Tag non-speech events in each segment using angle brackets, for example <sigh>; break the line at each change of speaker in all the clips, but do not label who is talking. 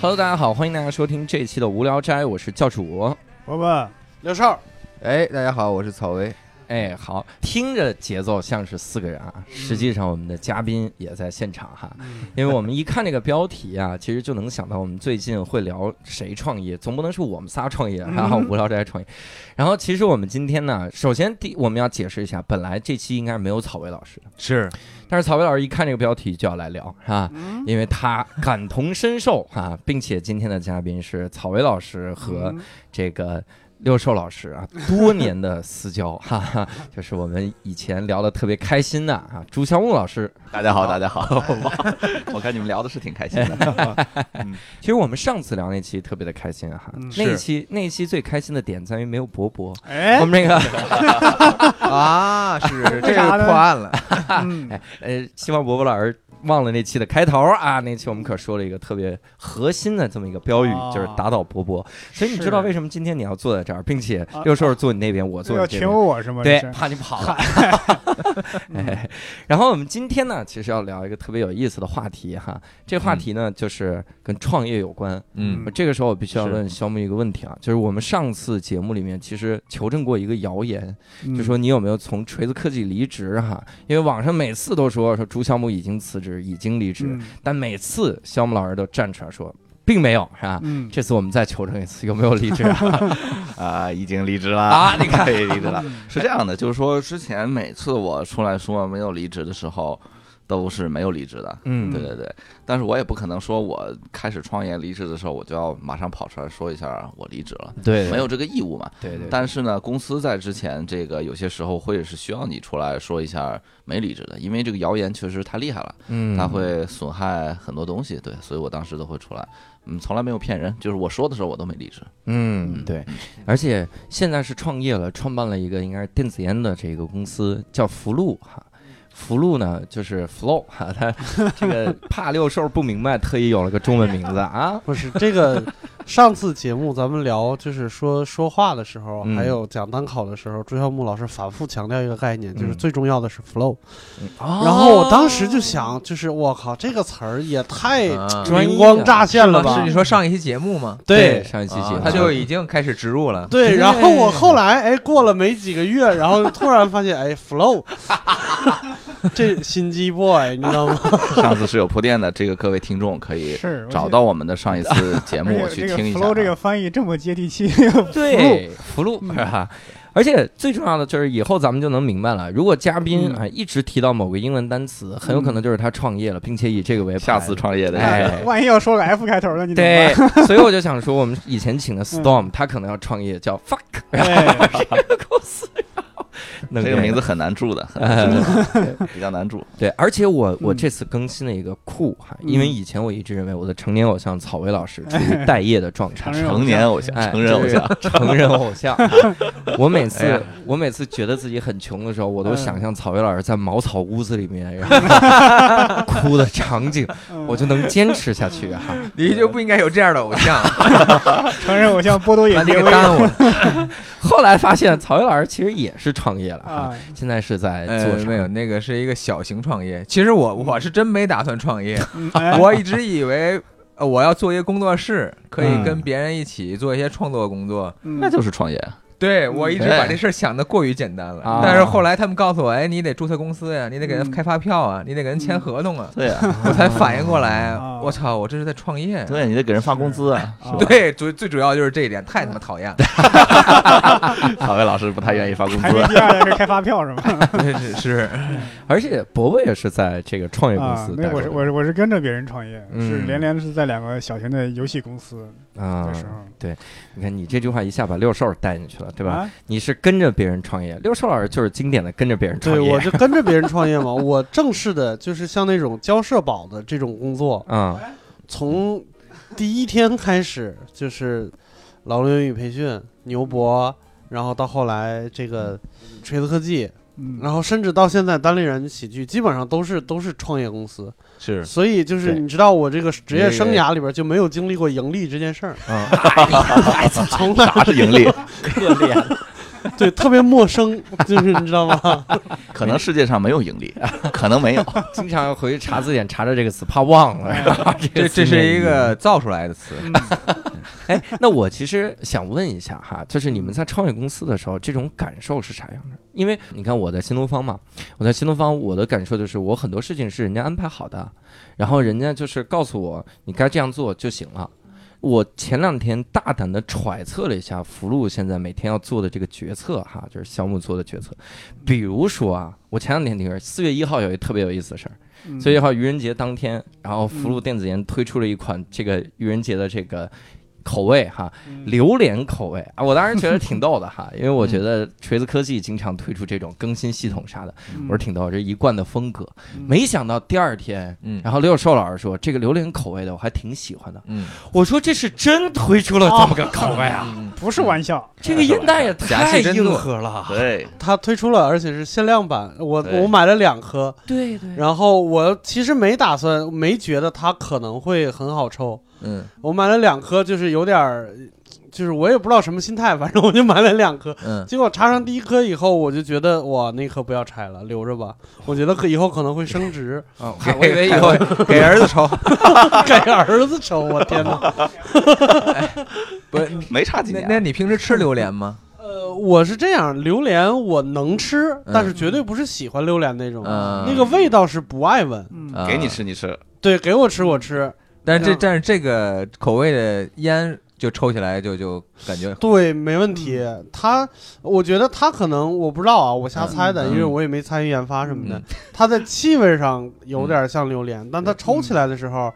Hello，大家好，欢迎大家收听这一期的无聊斋，我是教主。
伯伯，
刘少，
哎，大家好，我是草薇。
哎，好，听着节奏像是四个人
嗯
啊，实际上我们的嘉宾也在现场哈，因为我们一看这个标题啊， <laughs> 其实就能想到我们最近会聊谁创业，总不能是我们仨创业，然
嗯
后 <laughs> 无聊斋创业。然后其实我们今天呢，首先第我们要解释一下，本来这期应该是没有草薇老师的，
是，嗯
但是草薇老师一看这个标题就要来聊啊，因为他感同身受啊，并且今天的嘉宾是草薇老师
嗯
和这个六兽老师啊，多年的私交， <laughs> 哈哈，就是我们以前聊的特别开心的啊，朱小木老师。
大家好，大家
<laughs>
好，哇我看你们聊的是挺开心的。
其实我们上次聊那期特别的开心啊哈、
嗯
那一期那一期最开心的点在于没有博博，
哎
我，们这个 <laughs>
啊，哦是
<laughs>
这
为啥呢
个破案了，
嗯
<laughs>
呃，希望伯伯老师忘了那期的开头啊，那期我们可说了一个特别核心的这么一个标语，
哦
就是打倒伯伯。所以你
是
知道为什么今天你要坐在这儿，并且
啊哎
六兽坐你那边，我
这
坐
要
你这
请
边。
我是吗？
对
这，是
怕你跑了。 <laughs> 哎，然后我们今天呢，其实要聊一个特别有意思的话题哈。这话题呢，就是跟创业有关。
嗯
这个时候，我必须要
是
问肖木一个问题啊，就是我们上次节目里面其实求证过一个谣言，
<laughs>
嗯
就说你有没有从锤子科技离职哈？因为网上每次都说说朱小木已经辞职，已经离职，
嗯
但每次肖木老师都站出来说并没有，是吧？
嗯，
这次我们再求证一次，有没有离职啊？
啊，已经离职了
啊你
<laughs>
看
看，离职了。
嗯
是这样的，就是说之前每次我出来说没有离职的时候，都是没有离职的。
嗯
对对对，但是我也不可能说我开始创业离职的时候，我就要马上跑出来说一下我离职了，
对
没有这个义务嘛。
对对，
但是呢，公司在之前这个有些时候会是需要你出来说一下没离职的，因为这个谣言确实太厉害了。
嗯
它会损害很多东西，对，所以我当时都会出来，嗯，从来没有骗人，就是我说的时候我都没离职， <laughs>
嗯对，而且现在是创业了，创办了一个应该是电子烟的这个公司，叫福禄哈。福禄呢，就是 flow 哈，他这个怕六兽不明白，特意有了个中文名字啊。
不是这个，上次节目咱们聊，就是说说话的时候，
嗯
还有讲单口的时候，朱孝木老师反复强调一个概念，就是
嗯
最重要的是 flow。
嗯
然
然后我当时就
哦
想，就是我靠，这个词儿也太
啊
专业
灵光乍现了
哦是
吧
你？说上一期节目吗？
对
上一期节目
<laughs> 他啊就已经开始植入
<laughs>
了。
对，
对
然后我后来哎，过了没几个月，然后突然发现哎，flow，这心机 boy，你知道吗？
上次是有铺垫的，这个各位听众可以
<laughs> 是
找。到我们的上一次节
<laughs>
我
哎
目
觉得而
我
且这
去
个
听一下
flow 这个
啊。
翻译这么接地气，
对，福禄是吧？而且最重要的就是以后咱们就能明白了，如果嘉宾
嗯
啊一直提到某个英文单词，很有可能就是他创业了，并且以这个为
<laughs> 下
牌
次创业的
哎
<laughs>
人，
万一要说个 F 开头的，你怎么
对，
<laughs>
所以我就想说，我们以前请
嗯
的 Storm，他可能要创业叫 Fuck
办？哎，
公司， <laughs> 能
这个名字很难
<laughs>
注的， <laughs> 很难注的比较难注。
对，而且我我
嗯
这次更新了一个酷哈，
嗯
因为以前我一直认为我的成年偶像草薇老师处于待业的状态
成，人
<laughs> 成年偶像，
哎
成人偶像，，
这是成人偶
<laughs>
像。我每次、
哎呀
我每次觉得自己很穷的时候，我都
嗯
想象草薇老师在茅草屋子里面，然后
<laughs>
哭的场景，
嗯
我就能坚持下去哈、
你就不应该有这样的偶
<laughs>
像，
承认我像波多野
把这
结
个
衣
耽误了。
后来发现草薇老师其实也是创业了哈、
啊，
现在是在做
哎
呃，
什么？
没有，那个是一个小型创业。其实我我是真没打算创业，
嗯哎
<laughs> 我一直以为呃我要做一个工作室，可以
嗯
跟别人一起做一些创作工作。
嗯
那就是
<laughs>
创业。
对我一直
对
把这事儿想的过于简单了，
啊
但是后来他们告诉我，哎，你得注册公司呀，你得给
嗯
人开发票啊，你得给人签合同啊， <laughs>
对呀，
我才反应过来
啊，
我操，我这是在创业。
<laughs> 对，你得给人发工资啊。
哦
啊
对，最最主要就是这一点，太他妈讨厌了。
草薇老师不太愿意发工
排名
资，啊
第二的是开发票是吗？
对是是，
而且伯伯也是在这个创业公
啊
司，
没
待
有，
过
我
的、
是我是我是跟着别人创业，
嗯
是连连是在两个小型的游戏公司
啊
的时。候，
你看你这句话一下把六兽带进去了，对吧？
啊？
你是跟着别人创业，六兽老师就是经典的跟着别人创
对，
业。
我就跟着别人创
<laughs>
业嘛。我正式的就是像那种交社保的这种工作，
嗯
从第一天开始就是劳动英语培训、牛博，然后到后来这个锤子科技，
嗯，
然后甚至到现在单立人喜剧，基本上都是都是创业公司。
是
所以就是
对
你知道我这个职业生涯里边就没有
啊
经历过盈利这件事儿，
嗯，
从来 <laughs>
啥是盈利？
可怜。
对，特别陌生，就是你知道吗？
<laughs> 可能世界上没有盈利， <laughs> 可能
<laughs>
没有。
经常回去查字典，查查这个词，怕忘了。
哎
然 <laughs> 后
<laughs> 这
个词
这是
面
一个造出来的词，
哎，那我其实想问一下哈，就是你们在创业公司的时候，这种感受是啥样的？因为你看我在新东方嘛，我在新东方，我的感受就是我很多事情是人家安排好的，然后人家就是告诉我你该这样做就行了。我前两天大胆的揣测了一下福禄现在每天要做的这个决策哈，就是小姆做的决策，比如说啊，我前两天听说四月一号有一特别有意思的事儿，
嗯
所以号愚人节当天，然后福禄电子烟推出了一款这个愚人节的这个口味哈，
嗯
榴莲口味啊，我当时觉得挺逗的哈，因为我觉得锤子科技经常推出这种更新系统啥的，我说挺逗，这一贯的风格。
嗯
没想到第二天，
嗯
然后刘寿老师说这个榴莲口味的我还挺喜欢的，
嗯，
我说这是真推出了这么个口味啊，
嗯
不是玩笑，
这个烟袋
<laughs>
也
假
哎太
戏真
硬
做
核了，
对，
它推出了，而且是限量版，我
对
我买了两颗，
对对
然后我其实没打算，没觉得它可能会很好抽，
嗯
我买了两颗，就是有点儿，就是我也不知道什么心态， <laughs> 反正我就买了两颗，
嗯，
结果插上第一颗以后，我就觉得哇，那颗不要拆了，留着吧。我觉得可以后可能会
<laughs>
升值，
啊，
给
我以为以后
给儿子抽，
给儿子抽。我
<laughs>
天哪！
不是，
没差几 <laughs>
那
年。啊
那你平时吃榴莲吗？
呃，我是这样，榴莲我能吃，
嗯
但是绝对不是喜欢榴莲那种，
嗯
那个味道是不爱闻。
嗯
啊
给你吃，你吃，
对，给我吃我吃。
但是这
嗯
但是这个口味的烟就抽起来就就感
<laughs>
觉
对，没问题。
嗯
它，我觉得它可能我不知道啊，我瞎猜的，
嗯
因为我也没参与研发什么的。
嗯
它在气味上有点像榴莲，但它抽起来的时候，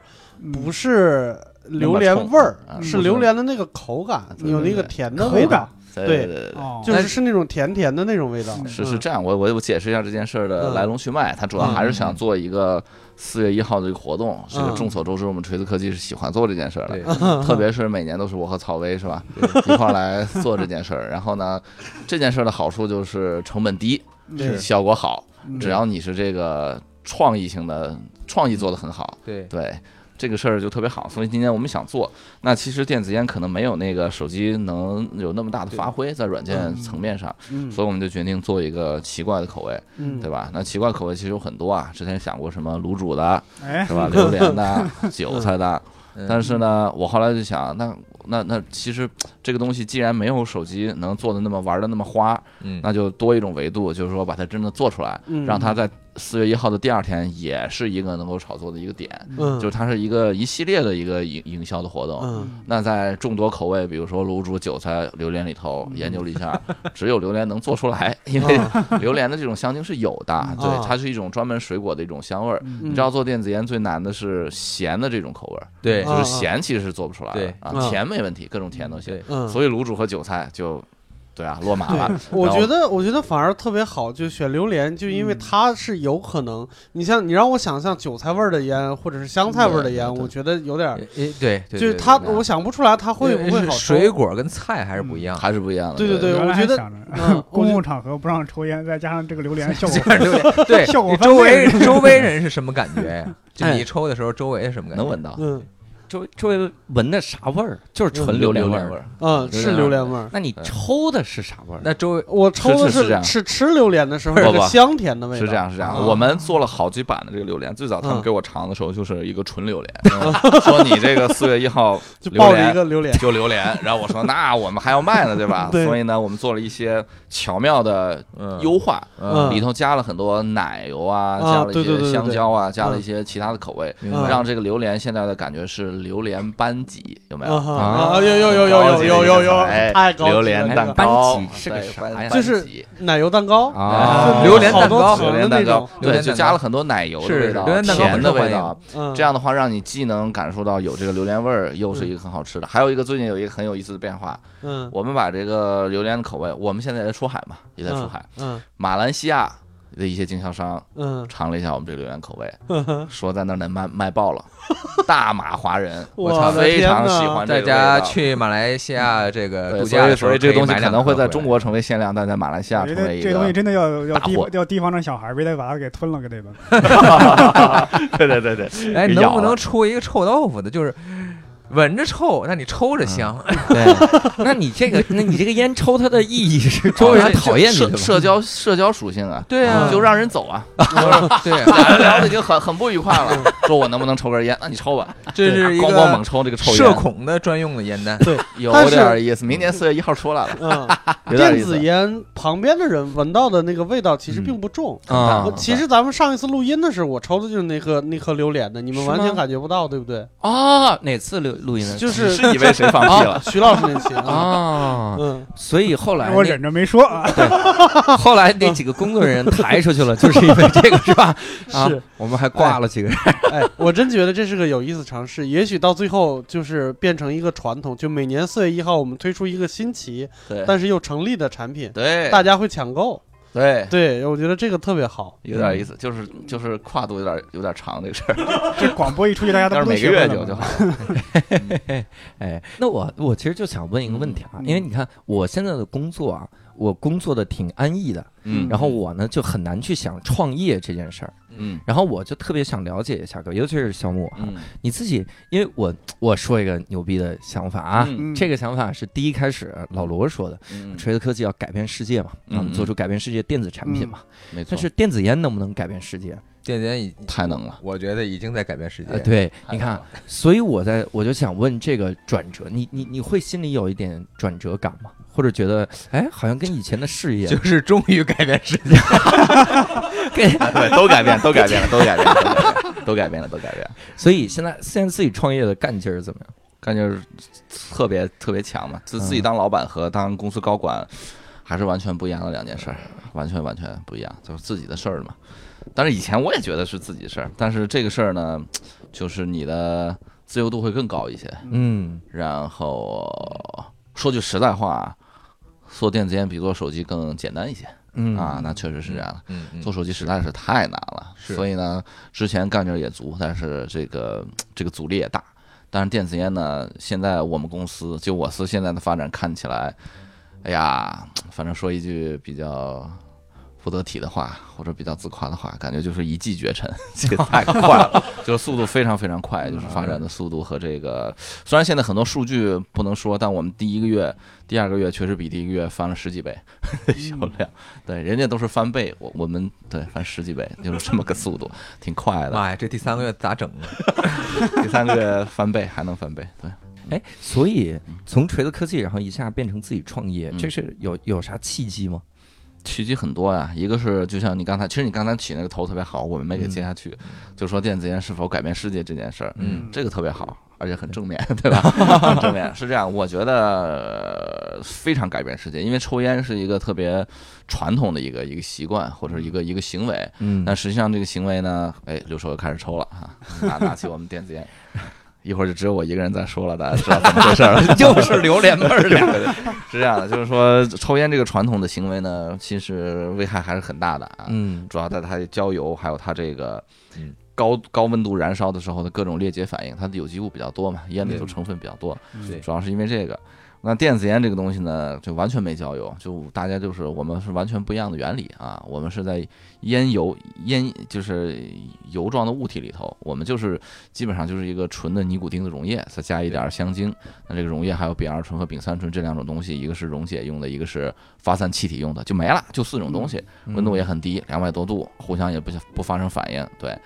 不是榴莲味儿
那么冲啊，
是榴莲的那个口感，
嗯
有那个甜的味
口感
道，
对
对
对对，
哦，
就是是那种甜甜的那种味道。
嗯
是是这样。我我我解释一下这件事儿的
嗯
来龙去脉，它主要还是想做一个四月一号的一个活动。这个
嗯
众所周知，我们锤子科技是喜欢做这件事儿的
对。
特
特别是每年都是我和曹薇是吧， <laughs> 一块儿来做这件事儿。然后呢，这件事儿的好处就是成本低，
是
效果好，
嗯
只要你是这个创意性的创意做得很好，
对
对。这个事儿就特别好，所以今天我们想做。那其实电子烟可能没有那个手机能有那么大的发挥在软件层面上，
嗯
所以我们就决定做一个奇怪的口味，
嗯
对吧？那奇怪口味其实有很多啊，之前想过什么卤煮
<laughs>
的，
哎
是吧？榴莲的、韭菜的，
嗯
但是呢，我后来就想，那那那其实这个东西既然没有手机能做的那么玩的那么花，
嗯
那就多一种维度，就是说把它真的做出来，
嗯
让它在四月一号的第二天也是一个能够炒作的一个点，
嗯
就是它是一个一系列的一个营营销的活动。
嗯
那在众多口味，比如说卤煮、韭菜、榴莲里头，研究了一下，只有榴莲能做出来，因为榴莲的这种香精是有的，对
啊，
它是一种专门水果的一种香味儿。
嗯
你知道做电子烟最难的是咸的这种口味儿，
对
啊
就是咸其实是做不出来的
对
啊，
啊
甜没问题，各种甜都行。
对
嗯，
<laughs>
以
所以卤煮和韭菜就，对啊，落马了
对。，我
然后
觉得我觉得反而特别好，就选榴莲，就因为
嗯
它是有可能，你像你让我想象韭菜味儿的烟或者是香菜味儿的烟，
对对对
我觉得有点儿，
诶诶呃对对，
就是
对
它，
对
我想不出来它会不会
是
好抽嗯
水。果跟菜还是不一样， <laughs>
还是不一样的。
对对
对
对
原来
我觉得
还想着
嗯，我
公
觉得
共场合不让抽烟，再加上这个榴莲效
这
<laughs>
果，
样对不对？
<laughs>
对，
效果
你
翻倍
周围周围人是什么感觉呀？就你
哎
抽的时候，周围是什么感觉？
能闻到
嗯
啊周周围闻的啥味儿？就是纯榴莲
榴
味
莲味
儿。
儿，
嗯，是榴莲味儿。
那你抽的是啥味儿？
那周围
我抽的
是是这样
是吃榴莲的时候
不
那
不
个香甜的味道，
是这样是这样。
嗯
我们做了好几版的这个榴莲，最早他们
嗯
给我尝的时候就是一个纯榴莲，嗯说你这个四月一号
<laughs> 就
榴
抱着
莲
一个榴莲，
<laughs> 就榴莲，然后我说那我们还要卖呢，对吧？
<laughs> 对
所以呢，我们做了一些巧妙的
嗯
优化，
嗯
里头加了很多奶油啊，
啊
加了一
对对对
些
对
香蕉啊，加了
嗯
一些其他的口味，
明
嗯
白
让这个榴莲现在的感觉是榴莲班级，有没
啊
有？
哈
啊
啊！有有有有有有有有，
哎
太高级
榴
了
莲
这
蛋
个
糕
班级是个
对
啥
班
呀
班
就是
级
奶油蛋糕
啊
<laughs>
就
榴莲
好
蛋
多
糕
层
榴
的
莲
那
蛋糕
种，
榴
对，
莲
就
蛋
加
糕
了很多奶油的
是
味道，
榴莲蛋糕
甜
很
的
受
味
欢
道。
嗯
这样的话，让你既能感受到有这个榴莲味儿，又是一个很好吃的。还有一个最近有一个很有意思的变化，
嗯
我们把这个榴莲的口味，我们现在也在出海嘛，也在出海。
嗯
马来西亚的一些经销商
嗯
尝了一下我们这个榴莲口味，说在那儿能卖卖爆了，大马华人，
我
操，
的
非
天
常
呐
喜欢
大
这个味道。
家去马来西亚这个
对
度假
所以
的时候
所
可
以
以
这个东西
买
可
两
能会在
盒回来
中国成为限量，但在马来西亚
我觉
成
得
为一
这东西
个。
真的要要
大
地
货
方要地方上小孩儿，别再把它给吞了，给那
<laughs>
个。
对对对对，
哎，
给
能
咬啊
不
了
能出一个臭豆腐的？就是闻着臭，那你抽着香。
嗯
<laughs>
对，那你这个，那你这个烟抽它的意义是
哦 <laughs>
周围人讨厌你
社
的吗？
社交社交属性啊，
对啊，
就让人走啊，
对，
俩人聊的已经很很不愉快了，说我能不能抽根烟？啊那你抽吧，
这是一
咣咣猛
个
抽这个臭
社
烟，
恐的专用的烟弹。
有
但是
点意思。明年四月一号出来了，
嗯，
<laughs> 有点
电
意思嗯
子。烟旁边的人闻到的那个味道其实并不重。
啊
我，其实咱们上一次录音的时候，我抽的就是那颗那颗榴莲的，你们
是吗
完全感觉不到，对不对？
哦，哪次录录音呢？
就
你
是
是以为谁放屁了？
徐老师那
<laughs>
期啊，
哦，
嗯，
所以后来
我
那
忍着没说啊。
<laughs>
后来那几个工作人员抬出去了，就是因为这个是
<laughs>
吧？啊，我们还挂了几个人。
哎，我真觉得这是个有意思尝试，也许到最后就是变成一个传统，就每年四月一号我们推出一个新奇
对
但是又成立的产品，
对
大家会抢购。
对，
对，我觉得这个特别好。
有点意思，就是就是跨度有点有点长这个事儿，
<laughs> 这广播一出去，大家
但
都
是
不
每个月就就好。
哎，那我我其实就想问一个问题啊，
嗯
因为你看我现在的工作啊，我工作的挺安逸的，
嗯，
然后我呢就很难去想创业这件事儿，
嗯
然后我就特别想了解一下哥，尤其是小木啊，
嗯
你自己，因为我我说一个牛逼的想法啊，
嗯
这个想法是第一开始老罗说的，
嗯，
锤子科技要改变世界嘛，
嗯
我们做出改变世界电子产品嘛，
没错，
但是电子烟能不能改变世界？
电子烟已，
太能了。
我觉得已经在改变世
啊
界 <laughs>
呃，。对，
太
你
能
看
了，，
所以我在我就想问这个转折，你你你会心里有一点转折感吗？或者觉得，哎，好像跟以前的事业
就是终于改变世界，
<laughs> 跟
<laughs> 对，都改变，都改变了，都改变了，都改变了，都改变了。
所以现在现在自己创业的干劲儿怎么样？
感觉是特别特别强嘛，自自己当老板和当公司高管还是完全不一样的两件事儿，完全完全不一样，就是自己的事儿嘛。但是以前我也觉得是自己的事儿，但是这个事儿呢，就是你的自由度会更高一些。
嗯，
然后说句实在话啊，做电子烟比做手机更简单一些
嗯
啊，那确实是这样的。
嗯嗯
做手机实在是太难了，
是
所以呢，之前干劲儿也足，但是这个这个阻力也大。但是电子烟呢，现在我们公司就我司现在的发展看起来，哎呀，反正说一句比较不得体的话，或者比较自夸的话，感觉就是一骑绝尘， <laughs> 这个太快了，就是速度非常非常快，就是发展的速度和这个，虽然现在很多数据不能说，但我们第一个月、第二个月确实比第一个月翻了十几倍 <laughs> 销量，对，人家都是翻倍，我我们对翻十几倍，就是这么个速 <laughs> 度，挺快的。
妈呀，这第三个月咋整
<laughs>
啊？
第三个月翻倍还能翻倍， <laughs> 对。
哎，所以从锤子科技，然后一下变成自己创业，
嗯
这是有有啥契机吗？
契机很多呀，一个是就像你刚才，其实你刚才起那个头特别好，我们没给接下去，就说电子烟是否改变世界这件事儿，
嗯
这个特别好，而且很正 <laughs> 面，对吧？很正面是这样，我觉得呃非常改变世界，因为抽烟是一个特别传统的一个一个习惯或者一个一个行为，
嗯
但实际上这个行为呢，哎，刘叔又开始抽了啊，拿拿起我们电子烟。一会儿就只有我一个人在说了，大家知道怎么回事了。 <laughs>
又是榴莲味儿
对对对是这样的，就是说抽烟这个传统的行为呢，其实危害还是很大的啊。
嗯
主要在它焦油，还有它这个
嗯
高高温度燃烧的时候的各种裂解反应，它的有机物比较多嘛，烟里头成分比较多，
对
主要是因为这个。那电子烟这个东西呢，就完全没焦油，就大家就是我们是完全不一样的原理啊，我们是在烟油烟就是油状的物体里头，我们就是基本上就是一个纯的尼古丁的溶液，再加一点香精，那这个溶液还有丙二醇和丙三醇这两种东西，一个是溶解用的，一个是发散气体用的，就没了，就四种东西。
嗯
温度也
嗯
很低，两百多度，互相也不不发生反应，对。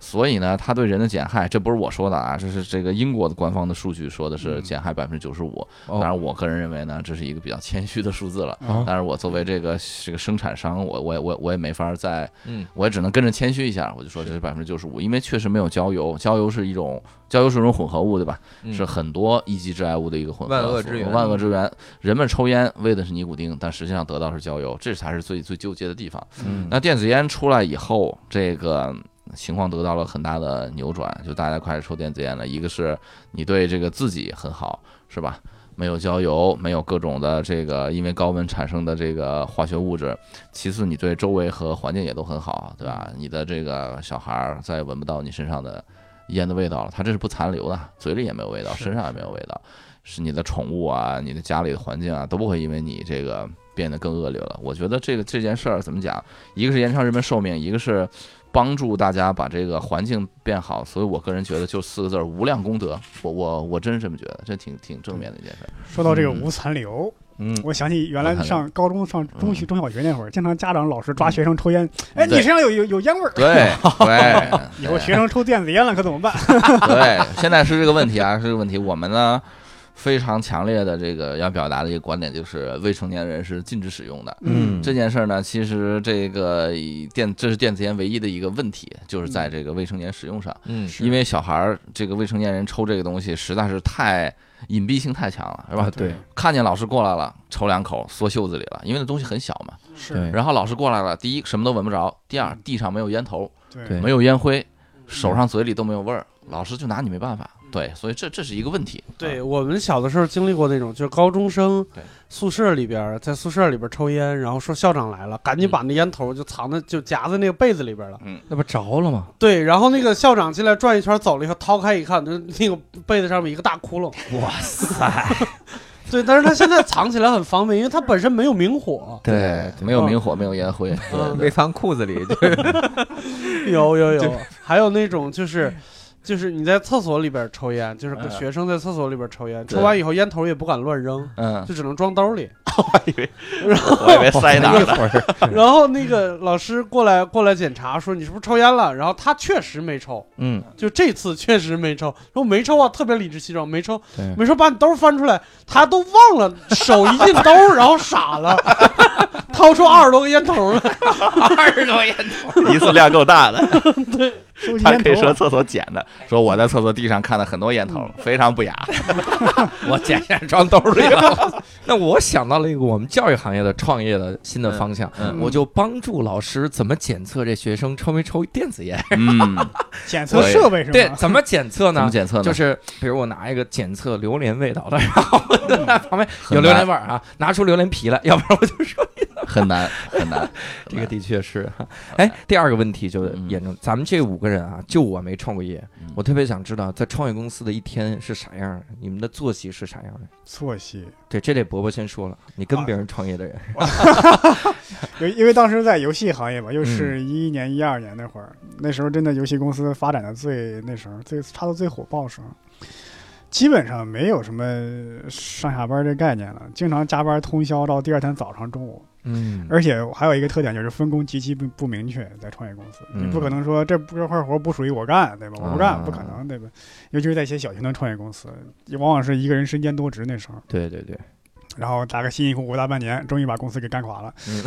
所以呢，它对人的减害，这不是我说的啊，这是这个英国的官方的数据说的
嗯
是减害百分之九十五。
哦
当然，我个人认为呢，这是一个比较谦虚的数字了。
啊
但是我作为这个这个生产商，我我也我也我也没法儿再，
嗯，
我也只能跟着谦虚一下，我就说这是百分之九十五，因为确实没有焦油，焦油是一种焦油是一种混合物，对吧？
嗯
是很多一级致癌物的一个混合
万恶之源嗯
万恶之源。人们抽烟为的是尼古丁，但实际上得到是焦油，这才是最最纠结的地方。
嗯
那电子烟出来以后，这个情况得到了很大的扭转，就大家开始抽电子烟了。一个是你对这个自己很好，是吧？没有焦油，没有各种的这个因为高温产生的这个化学物质。其次，你对周围和环境也都很好，对吧？你的这个小孩儿再闻不到你身上的烟的味道了，它这是不残留的，嘴里也没有味道，身上也没有味道。是你的宠物啊，你的家里的环境啊，都不会因为你这个变得更恶劣了。我觉得这个这件事儿怎么讲？一个是延长人们寿命，一个是帮助大家把这个环境变好，所以我个人觉得就四个字儿无量功德。我我我真是这么觉得，这挺挺正面的一件事儿。
说到这个
嗯
无残留，
嗯，
我想起原来
无残留嗯
上高中、上中学、中小学那会儿，经常家长老师抓学生抽烟，哎，你
对
身上有有有烟味儿，
<laughs> 对对，
<laughs> 以后学生抽电子烟了可怎么办？ <laughs>
对，现在是这个问题啊，是这个问题。我们呢非常强烈的这个要表达的一个观点就是，未成年人是禁止使用的。
嗯
这件事儿呢，其实这个以电这是电子烟唯一的一个问题，就是在这个未成年使用上，
嗯
因为小孩儿这个未成年人抽这个东西实在是太隐蔽性太强了，是吧？
对，
看见老师过来了，抽两口缩袖子里了，因为那东西很小嘛。
是，
然后老师过来了，第一什么都闻不着，第二地上没有烟头，
对
对，
没有烟灰，手上嘴里都没有味儿，老师就拿你没办法。对，所以这这是一个问题。啊
对我们小的时候经历过那种，就是高中生
对
宿舍里边儿，在宿舍里边儿抽烟，然后说校长来了，赶紧把那烟头就藏在就夹在那个被子里边了。
那不着了吗？
对，然后那个校长进来转一圈走了以后，掏开一看，就那个被子上面一个大窟窿。
哇塞，
对，但是他现在藏起来很方便，因为它本身没有明火。
对，没有明火，没有烟灰。对
没藏裤子里，就
<laughs> 有有有，还有那种就是。就是你在厕所里边儿抽烟，就是跟学生在厕所里边儿抽烟，抽
对
完以后烟头也不敢乱扔，
嗯，
就只能装兜里。
我以为
哦
塞哪儿了。
<laughs> 然后那个老师过来过来检查，说你是不是抽烟了？然后他确实没抽，
嗯，
就这次确实没抽，说没抽啊，特别理直气壮，没抽 <laughs>
对，
没抽，把你兜翻出来，他都忘了，手一进兜，然后傻了， <laughs> 掏出二十多个烟头来，
<laughs>
<laughs>
二十多烟头， <laughs> 一次量够大的。
收集
他
烟
可以
头
说
啊，
厕所捡的，说我在厕所地上看了很多烟头，非常 <laughs> 不雅。 <laughs>
我捡起来装兜里了。 <laughs> 那我想到了一个我们教育行业的创业的新的方向，
嗯
我就帮助老师怎么检测这学生抽没抽电子烟。
嗯，
检测设备是
对，
吗？
怎么检测
怎么
呢？
检测呢？
就是比如我拿一个检测榴莲味道的，然后我就在旁边有榴莲味儿啊，拿出榴莲皮来，要不然我就说
很难很 <laughs> 难。
这个的确是。哎，第二个问题就是
嗯
严重，咱们这五个人啊，就我没创过业
嗯，
我特别想知道在创业公司的一天是啥样儿的，你们的作息是啥样的？
作息，
对，这得伯伯先说了，你
啊
跟别人创业的人，
因因为当时在游戏行业嘛，又
嗯
是一一年、一二年那会儿，那时候真的游戏公司发展的最那时候最差到最火爆的时候，基本上没有什么上下班这概念了，经常加班通宵到第二天早上中午，
嗯
而且还有一个特点就是分工极其不不明确，在创业公司，
嗯
你不可能说这这块活不属于我干，对吧？我不
啊
干，不可能，对吧？尤其是在一些小型的创业公司，往往是一个人身兼多职那时候。
对对对，
然后打个辛辛苦苦大半年，终于把公司给干垮了，
嗯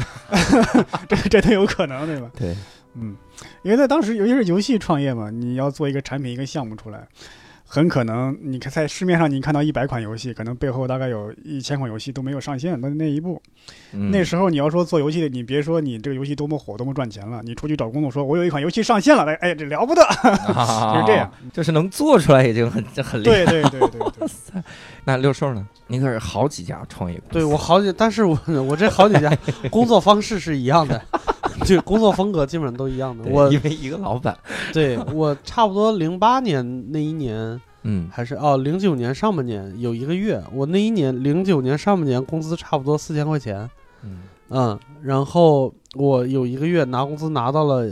<laughs> 这这都有可能，对吧？
对，
嗯，因为在当时，尤其是游戏创业嘛，你要做一个产品、一个项目出来，很可能你看在市面上你看到一百款游戏，可能背后大概有一千款游戏都没有上线的那一步。
嗯
那时候你要说做游戏的，你别说你这个游戏多么火、多么赚钱了，你出去找工作说，我有一款游戏上线了，哎哎，这了不得，
嗯
就
就是这样。，
就是能做出来已经很啊很厉害。
对对对对对，
那六兽呢？你可是好几家创业公司，
对我好几，但是我 <laughs> 我这好几家工作方式是一样的， <laughs> 就工作风格基本上都一样的。
对
我
因为一个老板，
对我差不多零八年那一年。
嗯
还是哦，零九年上半年有一个月，我那一年零九年上半年工资差不多四千块钱，
嗯，
嗯，然后我有一个月拿工资拿到了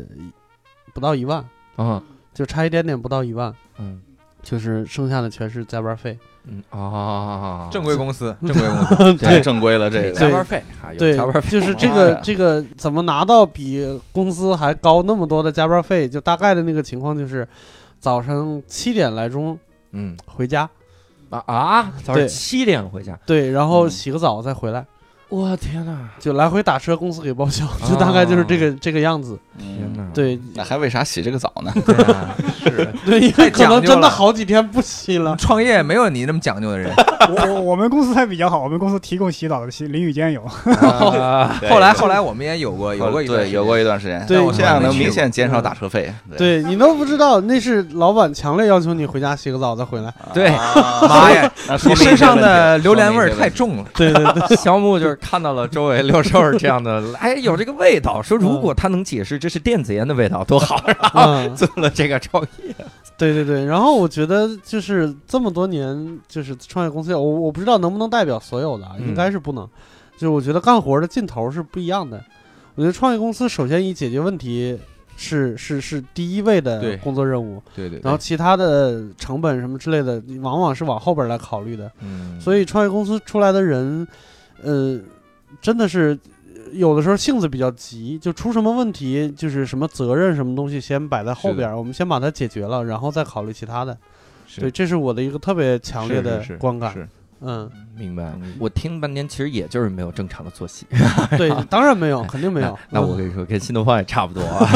不到一万，
哦
啊
就差一点点不到一万，
嗯
就是剩下的全是加班费。
嗯啊，
正规公司，
嗯
正规公司，
<laughs> 太正规了，啊这
对
个
加班费啊，有
对
加班，费，
就是这
妈
个
呀
这个怎么拿到比工资还高那么多的加班费？就大概的那个情况就是，早上七点来钟
嗯
回家，
啊啊，早上
对
七点回家，
对，然后
嗯
洗个澡再回来，
我天哪，
就来回打车，公司给报销，
啊
就大概就是这个这个样子。
嗯
天哪，
对，
那还为啥洗这个澡呢？
对啊，是，
对， <laughs> 因
太
为可
讲
能
究
真的
了
好几天不洗了。
创业没有你那么讲究的
<laughs>
人。
我我我们公司还比较好，我们公司提供洗澡的洗淋浴间有。
啊
后来后来我们也有过有过一段
<laughs> 对
时间
有过一段时间，
对
但我现在能明
我还
显减少打车费。
<laughs> 对你都不知道，那是老板强烈要求你回家洗个澡再回来。
对，
妈呀，
啊 <laughs> 那说
你
明一些
身上
问题
的榴莲味
说
儿
明一些
太
问题
重了。
<laughs> 对对 <laughs> 对，
肖木就是看到了周围六兽儿这样的， <laughs> 哎，有这个味道，说如果他能解释这是电子烟的味道多好，然后
嗯，
做了这个创意，
对对对。然后我觉得就是这么多年，就是创业公司，我我不知道能不能代表所有的啊，
嗯
应该是不能。就是我觉得干活的劲头是不一样的。我觉得创业公司首先以解决问题是是是第一位的
对
工作任务，
对对，
然后其他的成本什么之类的，往往是往后边来考虑的。
嗯，
所以创业公司出来的人，呃，真的是呃有的时候性子比较急，就出什么问题，就是什么责任什么东西先摆在后
是的
边儿，我们先把它解决了，然后再考虑其他的。
是
对，这是我的一个特别强烈
是
的
是
观感。
是
嗯，
明白。我听了半天，其实也就是没有正常的作
<laughs>
息。
对，当然没有，肯定没有
<laughs> 。那我
嗯
跟你说，跟新东方也差
<laughs>
不多啊。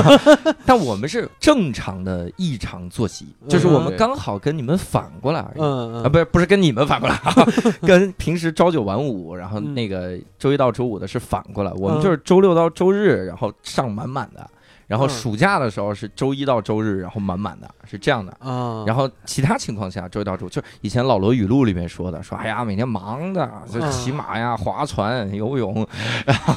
但我们是正常的异常作息，就是我们
嗯
刚好跟你们反过来而已。
嗯
啊，
嗯
不是不是跟你们反过
<laughs>
来 <laughs> 啊，跟平时朝九晚五，然后
嗯
那个周一到周五的是反过来，我们
嗯
就是周六到周日，然后上满满的，然后
嗯
暑假的时候是周一到周日，然后满满的，是这样的。
啊，
然后其他情况下，周一到周就是以前老罗语录里面说的，说哎呀，每天忙的，就
嗯
骑马呀、划船、游泳，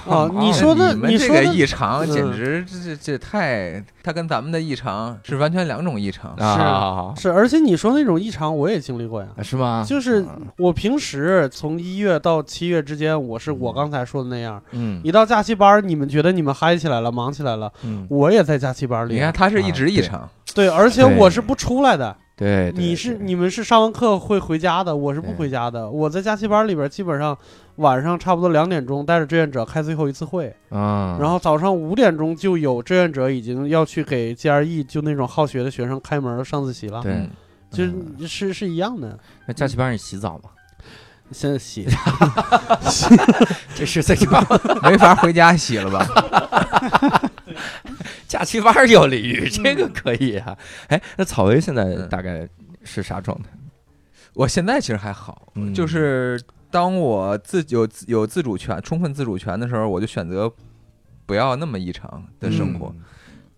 啊，你
啊
说的，
你们这
说
个
的
异常
嗯
简直这这这太，它跟咱们的异常是完全两种异常。
啊，
是，而且你说那种异常，我也经历过呀。
是吗？
就是我平时从一月到七月之间，我是我刚才说的那样，
嗯
一到假期班儿，你们觉得你们嗨起来了，忙起来了，
嗯，
我也在假期班儿
你
里。
看，它是一
啊
直异
对
常，
对，而且
对
我是不出来的，
对，对
你是
对
你们是上完课会回家的，我是不
对
回家的。我在假期班儿里边儿，基本上晚上差不多两点钟带着志愿者开最后一次会，
啊，
然后早上五点钟就有志愿者已经要去给 GRE 就那种好学的学生开门儿上自习了，
对
嗯
就是
嗯
是是一样的。
那假期班你洗澡吗？
现在洗
这是在家
<laughs> 没法回家洗了吧？
<laughs> 假期班儿有鲤
嗯
鱼，这个可以啊。哎，那草薇现在
嗯
大概是啥状态？
我现在其实还好，
嗯
就是当我自有有自主权、充分自主权的时候，我就选择不要那么异常的生
嗯
活。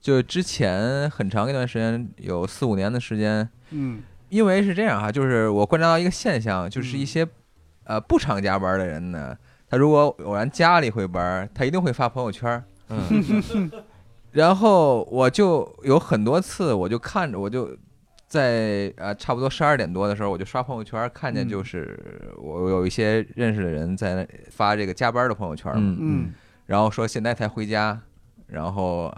就之前很长一段时间，有四五年的时间，
嗯
因为是这样哈，就是我观察到一个现象，就是
嗯
一些、呃不常加班的人呢，他如果偶然加了一回班，他一定会发朋友圈儿。
嗯，
然后我就有很多次，我就看着，我就在呃差不多十二点多的时候，我就刷朋友圈，看见
嗯
就是我有一些认识的人在那发这个加班的朋友圈嘛，
嗯
然后说现在才回家，然后。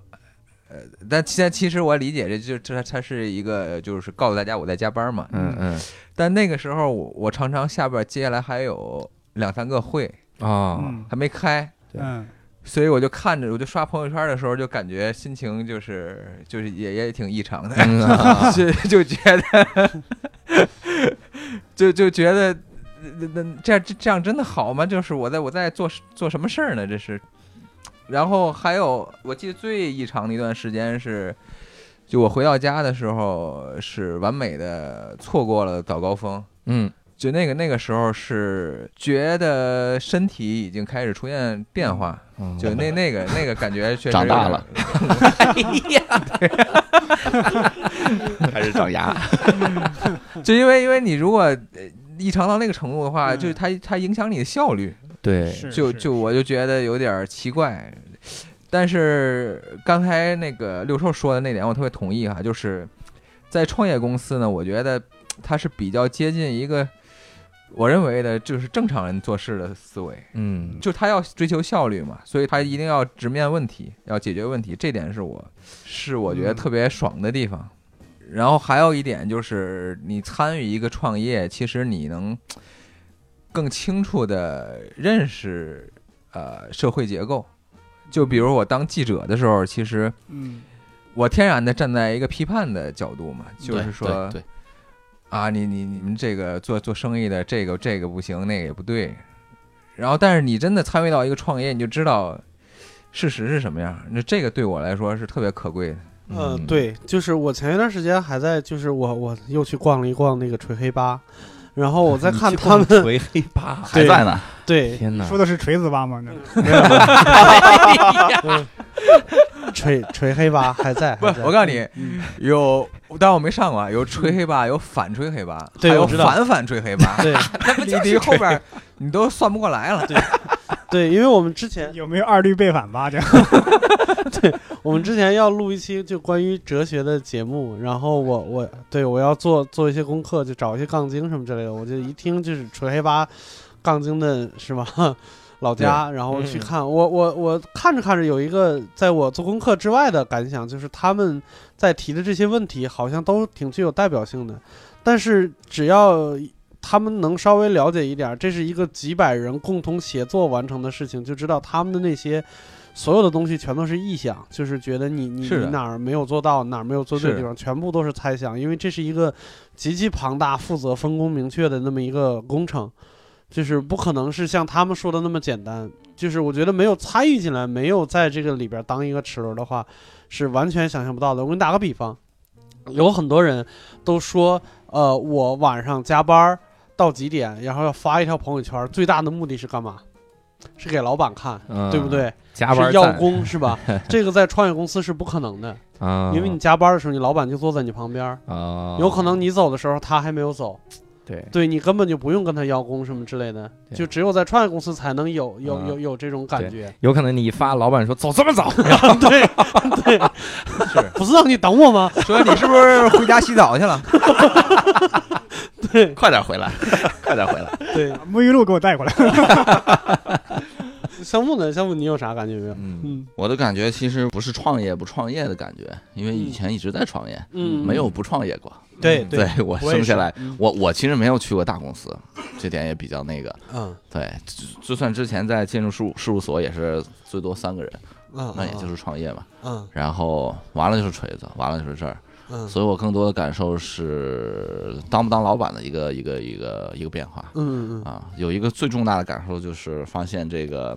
呃，但现在其实我理解，这就这它是一个，就是告诉大家我在加班嘛。
嗯嗯
但那个时候我我常常下边接下来还有两三个会
啊，
<laughs>
嗯
还没开，
嗯
所以我就看着，我就刷朋友圈的时候，就感觉心情就是就是也也挺异常的，
嗯
<laughs>
啊
<laughs> 就就觉得 <laughs> 就就觉得那那那这样这这样真的好吗？就是我在我在做做什么事儿呢？这是。然后还有，我记得最异常的一段时间是，就我回到家的时候是完美的错过了早高峰，
嗯
就那个那个时候是觉得身体已经开始出现变化，
<laughs>
嗯
就那那个那个感觉确实
长
有
大
点
了，
开
<laughs>
始长牙，
<laughs> 就因为因为你如果呃异常到那个程度的话，
嗯
就是它它影响你的效率，
对，
是
就是就我就觉得有点儿奇怪。但是刚才那个六兽说的那点，我特别同意哈，就是在创业公司呢，我觉得它是比较接近一个我认为的就是正常人做事的思维，
嗯
就他要追求效率嘛，所以他一定要直面问题，要解决问题，这点是我是我
嗯
觉得特别爽的地方。然后还有一点就是，你参与一个创业，其实你能更清楚的认识呃社会结构。就比如我当记者的时候，其实
嗯
我天然的站在一个批判的角度嘛，就是说，
对，
啊，你你你们这个做做生意的这个这个不行，那个也不对。然后，但是你真的参与到一个创业，你就知道事实是什么样。那这个对我来说是特别可贵的。
嗯
呃，对，就是我前一段时间还在，就是我我又去逛了一逛那个锤黑吧，然后
<laughs>
我在看他们，
回黑吧，
还
对
在呢，
<laughs> 对，
天哪
说！的是锤子吧吗？
<laughs>
锤锤黑吧还在，
不
还，在
我告诉你，
嗯
有，但我没上过啊，有吹黑吧，有反吹黑吧，
对
还有
我知道，
反反吹黑吧 <laughs>
对
你离后边 <laughs> 儿你都算不过来了。
对，因为我们
<laughs>
之
嗯
前
<laughs> 有没有二律背反吧？这
<laughs>
样
我们之前要录一期就关于哲学的节目，然后我我对我要做做一些功课，就找一些杠精什么之类的，我就一听就是锤黑吧杠精的是吧？ <laughs> 老家，然后去
嗯
看。我我我看着看着有一个在我做功课之外的感想，就是他们在提的这些问题好像都挺具有代表性的，但是只要。他们能稍微了解一点儿，这是一个几百人共同协作完成的事情，就知道他们的那些所有的东西全都是臆想，就是觉得你你
是
你
的
哪儿没有做到，哪儿没有做对的地方，全部都是猜想，因为这是一个极其庞大、负责分工明确的那么一个工程，就是不可能是像他们说的那么简单。就是我觉得没有参与进来，没有在这个里边当一个齿轮的话，是完全想象不到的。我给你打个比方，有很多人都说，呃，我晚上加班儿到几点，然后要发一条朋友圈，最大的目的是干嘛？是给老板看，
嗯，
对不？对？
加班
是要
赞
工是
<laughs>
吧？这个在创业公司是不可能的，
嗯
啊，
因为你加班的时候，你老板就坐在你旁边儿，
啊，
有可能你走的时候他还没有走，
对
对你根本就不用跟他邀功什么之类的，
对
就只有在创业公司才能有有
嗯
有有这种感觉。
有可能你一发，老板说走这么早，
对 <laughs> 对，
<laughs>
不是让你等我吗？
说你是不是回家洗澡去 <laughs> 了？
对
快点回 <laughs> 来，快点回来。
对，
沐浴露给我带过来。
项目呢？项目你有啥感觉没有？
嗯，
嗯
我的感觉其实不是创业不创业的感觉，因为以
嗯
前一直在创业，
嗯，
没有不创业过。
对
对，我
我也
生下
是
来
嗯，
我我其实没有去过大公司，这点也比较那个。
嗯
对，就就算之前在建筑事务事务所也是最多三个人，
嗯，
那也就是创业嘛。
嗯
然后完了就是锤子，完了就是这儿，
嗯
所以我更多的感受是当不当老板的一个一个一个一个变化。
嗯嗯
啊，有一个最重大的感受就是发现这个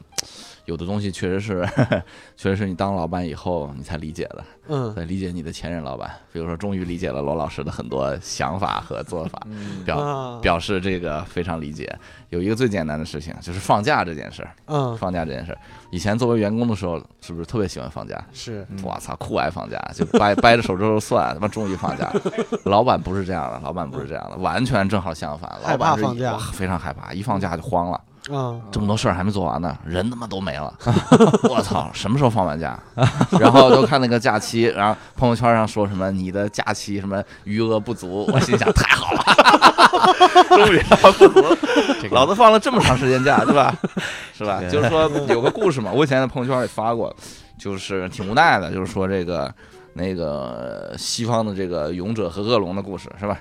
有的东西确实是， <laughs> 确实是你当老板以后你才理解的，
嗯
才理解你的前任老板。比如说，终于理解了罗老师的很多想法和做法，
嗯
表
啊
表示这个非常理解。有一个最简单的事情就是放假这件事儿，
嗯
放假这件事儿，以前作为员工的时候，是不是特别喜欢放假？
是
嗯
我操，酷爱放假，就掰掰着手指头算，他妈终于放假了。老板不是这样的，老板不是这样的，完全正好相反。
害
老
怕
板是
放假
哇非常害怕，一放假就慌了，
嗯
啊
这么多事儿还没做完呢，人他妈都没了。 <laughs> 我操，什么时候放完假？ <laughs> 然后都看那个假期，然后朋友圈上说什么你的假期什么余额不足， <laughs> 我心想太
<laughs>
好了，终于他妈不足了，
这个
老子放了这么长时间假，
<laughs>
对吧？是吧？
对
就是说有个故事嘛，我以前在朋友圈也发过，就是挺无奈的，就是说这个那个西方的这个勇者和恶龙的故事，是吧？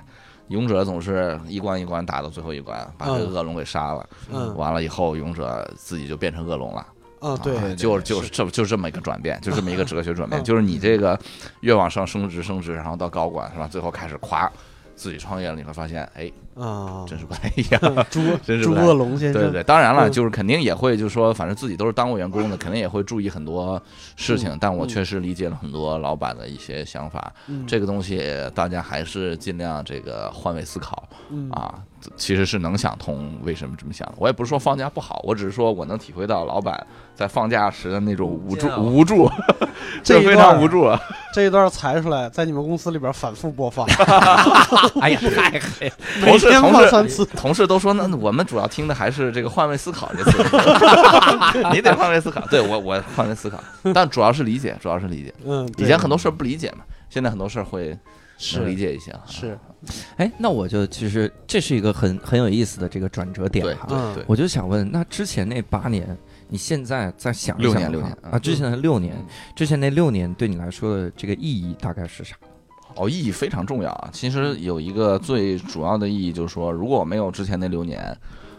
勇者总是一关一关打到最后一关，把这个
嗯
恶龙给杀了。
嗯
完了以后，勇者自己就变成恶龙了。
啊对
啊
对
就
对
就是这么就这么一个转变，就这么一个哲学转变，
嗯
就是你这个越往上升职升职，然后到高管是吧？最后开始夸自己创业了，你会发现，哎，
啊，
真是不太一
<laughs>
样。
猪
真是
猪
不太
恶龙先
对对
生，
对，当然了，
嗯
就是肯定也会，就是说，反正自己都是当过员工的，肯定也会注意很多事情。但我确实理解了很多老板的一些想法，
嗯
这个东西大家还是尽量这个换位思考
嗯
啊，其实是能想通为什么这么想的。我也不是说放假不好，我只是说我能体会到老板在放假时的那种无助
啊
煎、熬
无助，
这一
非
段
常无助。
这一段裁出来，在你们公司里边反复播
<laughs>
放，
哎呀，太黑了，
每
同事
天
同
放
事
三次。
同事都说，那我们主要听的还是这个换位思考
<laughs>
这词，你得换位思考。对我，我换位思考，但主要是理解，主要是理解。
嗯，
以
对
前很多事儿不理解嘛，现在很多事儿会能理
是
解一些啊了。
是
哎，那我就其实这是一个很很有意思的这个转折点
对
哈。
嗯
对对，
我就想问，那之前那八年，你现在再想一
六
想
年
的
六
话
年嗯
啊，之前的六年
嗯，
之前那六年对你来说的这个意义大概是啥？
哦，意义非常重要啊。其实
嗯
有一个最主要的意义就是说，如果我没有之前那六年，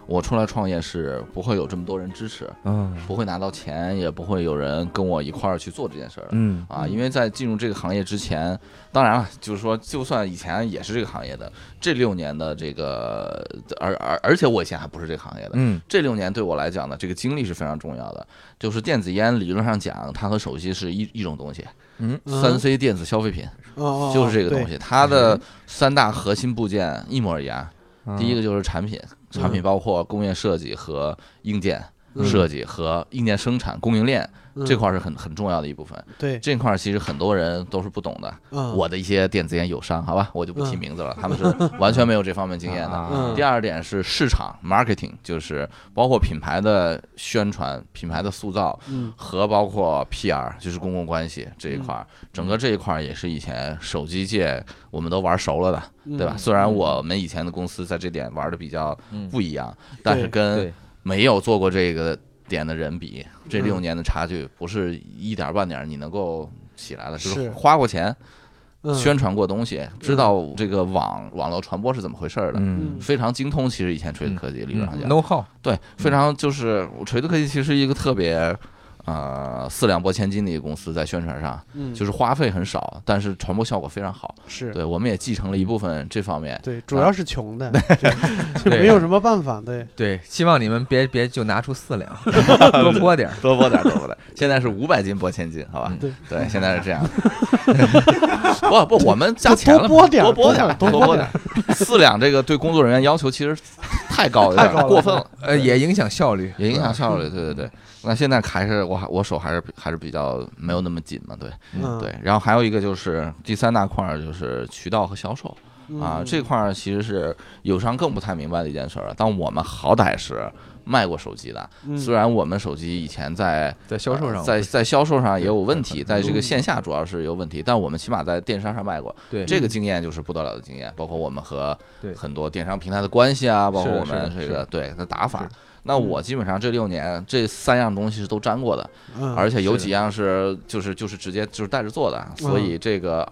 我出来创业是不会有这么多人支持，
嗯
不会拿到钱，也不会有人跟我一块儿去做这件事儿的。
嗯
啊，因为在进入这个行业之前，当然了，就是说，就算以前也是这个行业的，这六年的这个，而而而且我以前还不是这个行业的，
嗯
这六年对我来讲呢，这个经历是非常重要的。就是电子烟理论上讲，它和手机是一一种东西，
嗯
三
嗯
C 电子消费品
哦，嗯
就是这个东
西。
西，它的三大核心部件一模一样。
嗯
第一个就是产品，产品包括工业设计和硬件
嗯
设计和硬件生产、供应链
嗯
这块儿是很很重要的一部分。
对，
这块儿其实很多人都是不懂的，
嗯
我的一些电子烟友商，好吧，我就不提
嗯
名字了，他们是完全没有这方面经验啊的。
嗯
啊
第二点是市场 marketing，就是包括品牌的宣传、品牌的塑造
嗯
和包括 PR，就是公共关系这一块儿，整个这一块儿也是以前手机界我们都玩熟了的，
嗯
对吧？虽然我们以前的公司在这点玩的比较
嗯
不一样，但是
对
跟
对
没有做过这个点的人比，这
嗯
六年的差距不是一点儿半点儿你能够起来的，就是是花过钱、
嗯
宣传过东西，知道这个网网络传播是怎么回事儿的。
嗯，
非常精通，其实以前锤子科技理
嗯
论上讲，
，no how，
对，非常就是锤子科技其实是一个特别，呃，四两拨千斤的一个公司，在宣传上
嗯
就是花费很少，但是传播效果非常好。
是
对，我们也继承了一部分这方面。
对，主要是
<laughs>
穷的，就就没有什么办法。对，
对，希望你们别别就拿出四 <laughs> 两，多拨点儿。
多播点，多播点。现在是五百斤拨千斤，好吧？
对
嗯 <laughs> 对，现在是这样。不不，我们加钱了，
多播点
多
儿
播
多
点儿，
播
多
点儿
播点儿。四两这个对工作人员要求其实太高，有点
太高了
过分了，
<laughs>
嗯
呃，也影响效率，
也影响效率。对对对。那现在还是我还我手还是还是比较没有那么紧嘛，对
嗯，
对。然后还有一个就是第三大块儿就是渠道和销售。
嗯
啊，这块儿其实是友商更不太明白的一件事儿了。但我们好歹是卖过手机的，
嗯
虽然我们手机以前在呃
在销售上，
在在销售上也有问题，
对
在这
嗯
个线下主要是有问题，但我们起码在电商上卖过，
对嗯
这个经验就是不得了的经验。包括我们和
对
很多电商平台的关系啊，包括
是的
我们
是的
这
是嗯
个
的
对的打法。那我基本上这六年这三样东西是都沾过的，
嗯
而且有
是的
几样是就是就是直接就是带着做的，啊所以这个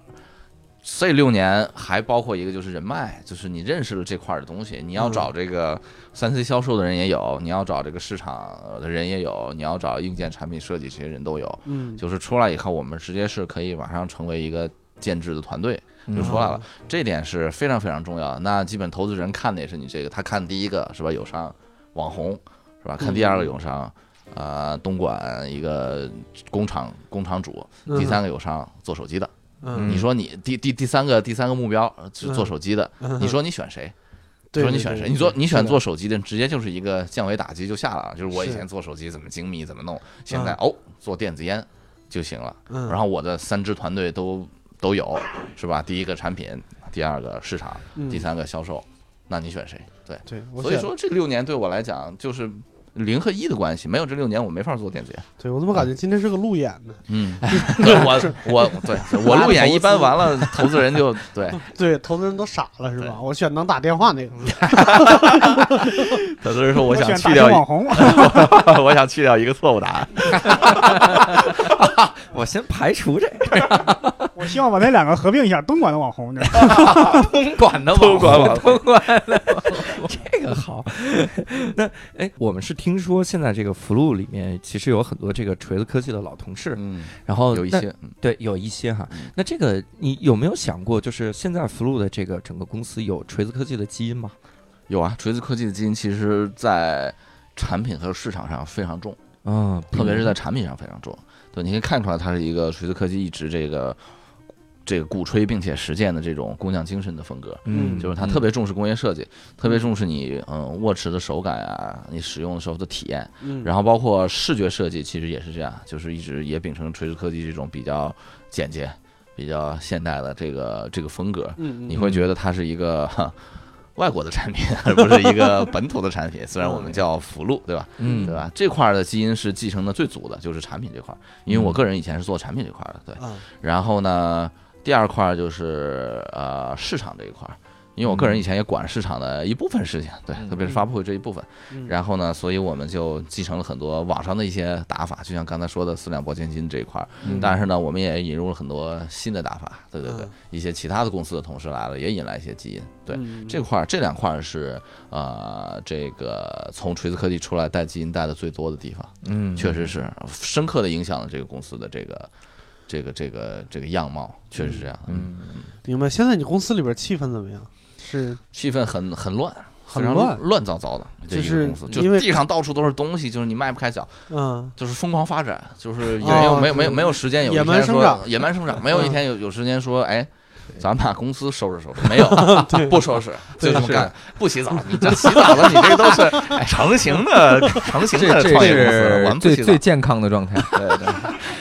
这六年还包括一个就是人脉，就是你认识了这块儿的东西，你要
嗯
找这个三 C 销售的人也有，你要找这个市场的人也有，你要找硬件产品设计这些人都有。
嗯
就是出来以后，我们直接是可以马上成为一个建制的团队，
嗯
就出来了，这点是非常非常重要的。那基本投资人看的也是你这个，他看第一个是吧，友商网红是吧？看第
嗯
二个友商，呃，东莞一个工厂工厂主，
嗯
第三个友商做手机的。
嗯
你说你第第第三个第三个目标呃是做手机的，
嗯
你说你选谁？
对
说你
对
选
对
谁？
对
你说你
是
选
的
做手机的，直接就是一个降维打击就下来了。就是我以
是
前做手机怎么精密怎么弄，现
嗯
在哦做电子烟就行了。
嗯
然后我的三支团队都都有，是吧？第一个产品，第二个市场，
嗯
第三个销售，那你选谁？对，
对，我
所以
选
说这六年对我来讲就是零和一的关系，没有这六年我没法做电子烟。
对我怎么感觉今天是个路演呢？
嗯， <laughs> 对我我对我路演一般完了，投资人就对
对，投资人都傻了是
对
吧？我选能打电话那个，
投资人说
我
想
选
去
打
掉
成
一
网红，
<laughs> 我想去掉一个错误答案。
我先排除这
我希望把那两个合并一下，东莞的网红，
东莞的
网红
东莞的网红这个好。 <laughs> 那哎，我们是听说现在这个福禄里面其实有很多这个锤子科技的老同事，
嗯，
然后
<laughs> 有一
那
些嗯
对有一些哈。那这个你有没有想过，就是现在福禄的这个整个公司有锤子科技的基因吗？
有啊，锤子科技的基因其实在产品和市场上非常重。
嗯，
特别是在产品上非常重。对，你可以看出来，它是一个锤子科技一直这个这个鼓吹并且实践的这种工匠精神的风格，
嗯，
就是它特别重视工业设计，特别重视你嗯握持的手感啊，你使用的时候的体验，
嗯，
然后包括视觉设计，其实也是这样，就是一直也秉承锤子科技这种比较简洁、比较现代的这个这个风格。
嗯
你
嗯
会觉得它是一个哈 <laughs> 外国的产品，而不是一个本土的产品。虽然我们叫福禄，对吧？
嗯
对吧？这块儿的基因是继承的最足的，就是产品这块儿，因为我个人以前是做产品这块儿的，对。
啊
然后呢，第二块儿就是呃市场这一块儿，因为我个人以前也管市场的一部分事情，对，
嗯
特别是发布会这一部分。
嗯
然后呢，所以我们就继承了很多网上的一些打法，就像刚才说的四两拨千斤这一块儿。
嗯
但是呢，我们也引入了很多新的打法，对对对
嗯，
一些其他的公司的同事来了，也引来一些基因，对。
嗯
这块儿这两块儿是呃，这个从锤子科技出来带基因带的最多的地方，
嗯，
确实是深刻的影响了这个公司的这个这个这个这个样貌，确实是这样。嗯，
嗯
明白。现在你公司里边气氛怎么样？是
气氛很很乱，
很
非常
乱
乱糟糟的，这
就
一
是
个公司，
因
就
为
地上到处都是东西，就是你迈不开脚，
嗯
就是疯狂发展，就是也
哦
没有没有没有
对
没有时间有一
野蛮
天
生
说
长
野蛮生长，没有一天有有时间说哎。咱把公司收拾收拾，没有不收拾，就这么干，不洗澡。你这洗澡的，你这都是哎成型
<laughs>
的、成型
这
的
这
创业公司了，我
是
们不
最
洗澡
最，健康的状态。
对
<laughs>
对，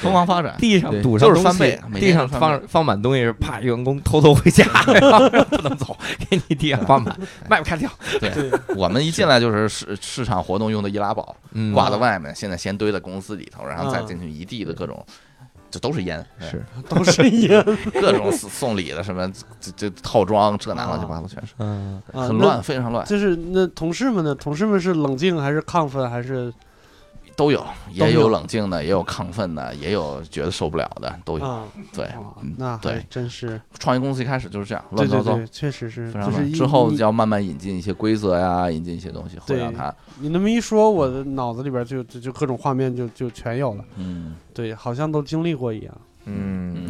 疯狂发展。
地上
对
堵上
就是
东
翻
西
倍每
地
年
上
都翻
放放满东西，怕员工偷偷回
<laughs>
家，然后不能走，给你地上放满，卖不开掉，
对，
我们一进来就是市市场活动用的易拉宝，
嗯
挂在外面，现在先堆在公司里头，然后再
嗯
进去一地的各种，这都是烟，对
是
都是烟
各种送送礼的什么这这套装这那乱七八糟全是，
嗯，
啊
很。
那
乱，非常乱。
就是那同事们呢？同事们是冷静还是亢奋还是
都有，
都
也
有
有冷静的，也有亢奋的，也有觉得受不了的，都有。
啊，
对，
哇那还
嗯对
真是，
创业公司一开始就是这样，
对
乱糟
对
糟，
对，确实是，
非常
就是
乱。
一
之后
一
要慢慢引进一些规则呀，引进一些东西，会
对
让它，
你那么一说，我的脑子里边就就就各种画面就就全有了，
嗯，
对，好像都经历过一样。
<laughs>
嗯，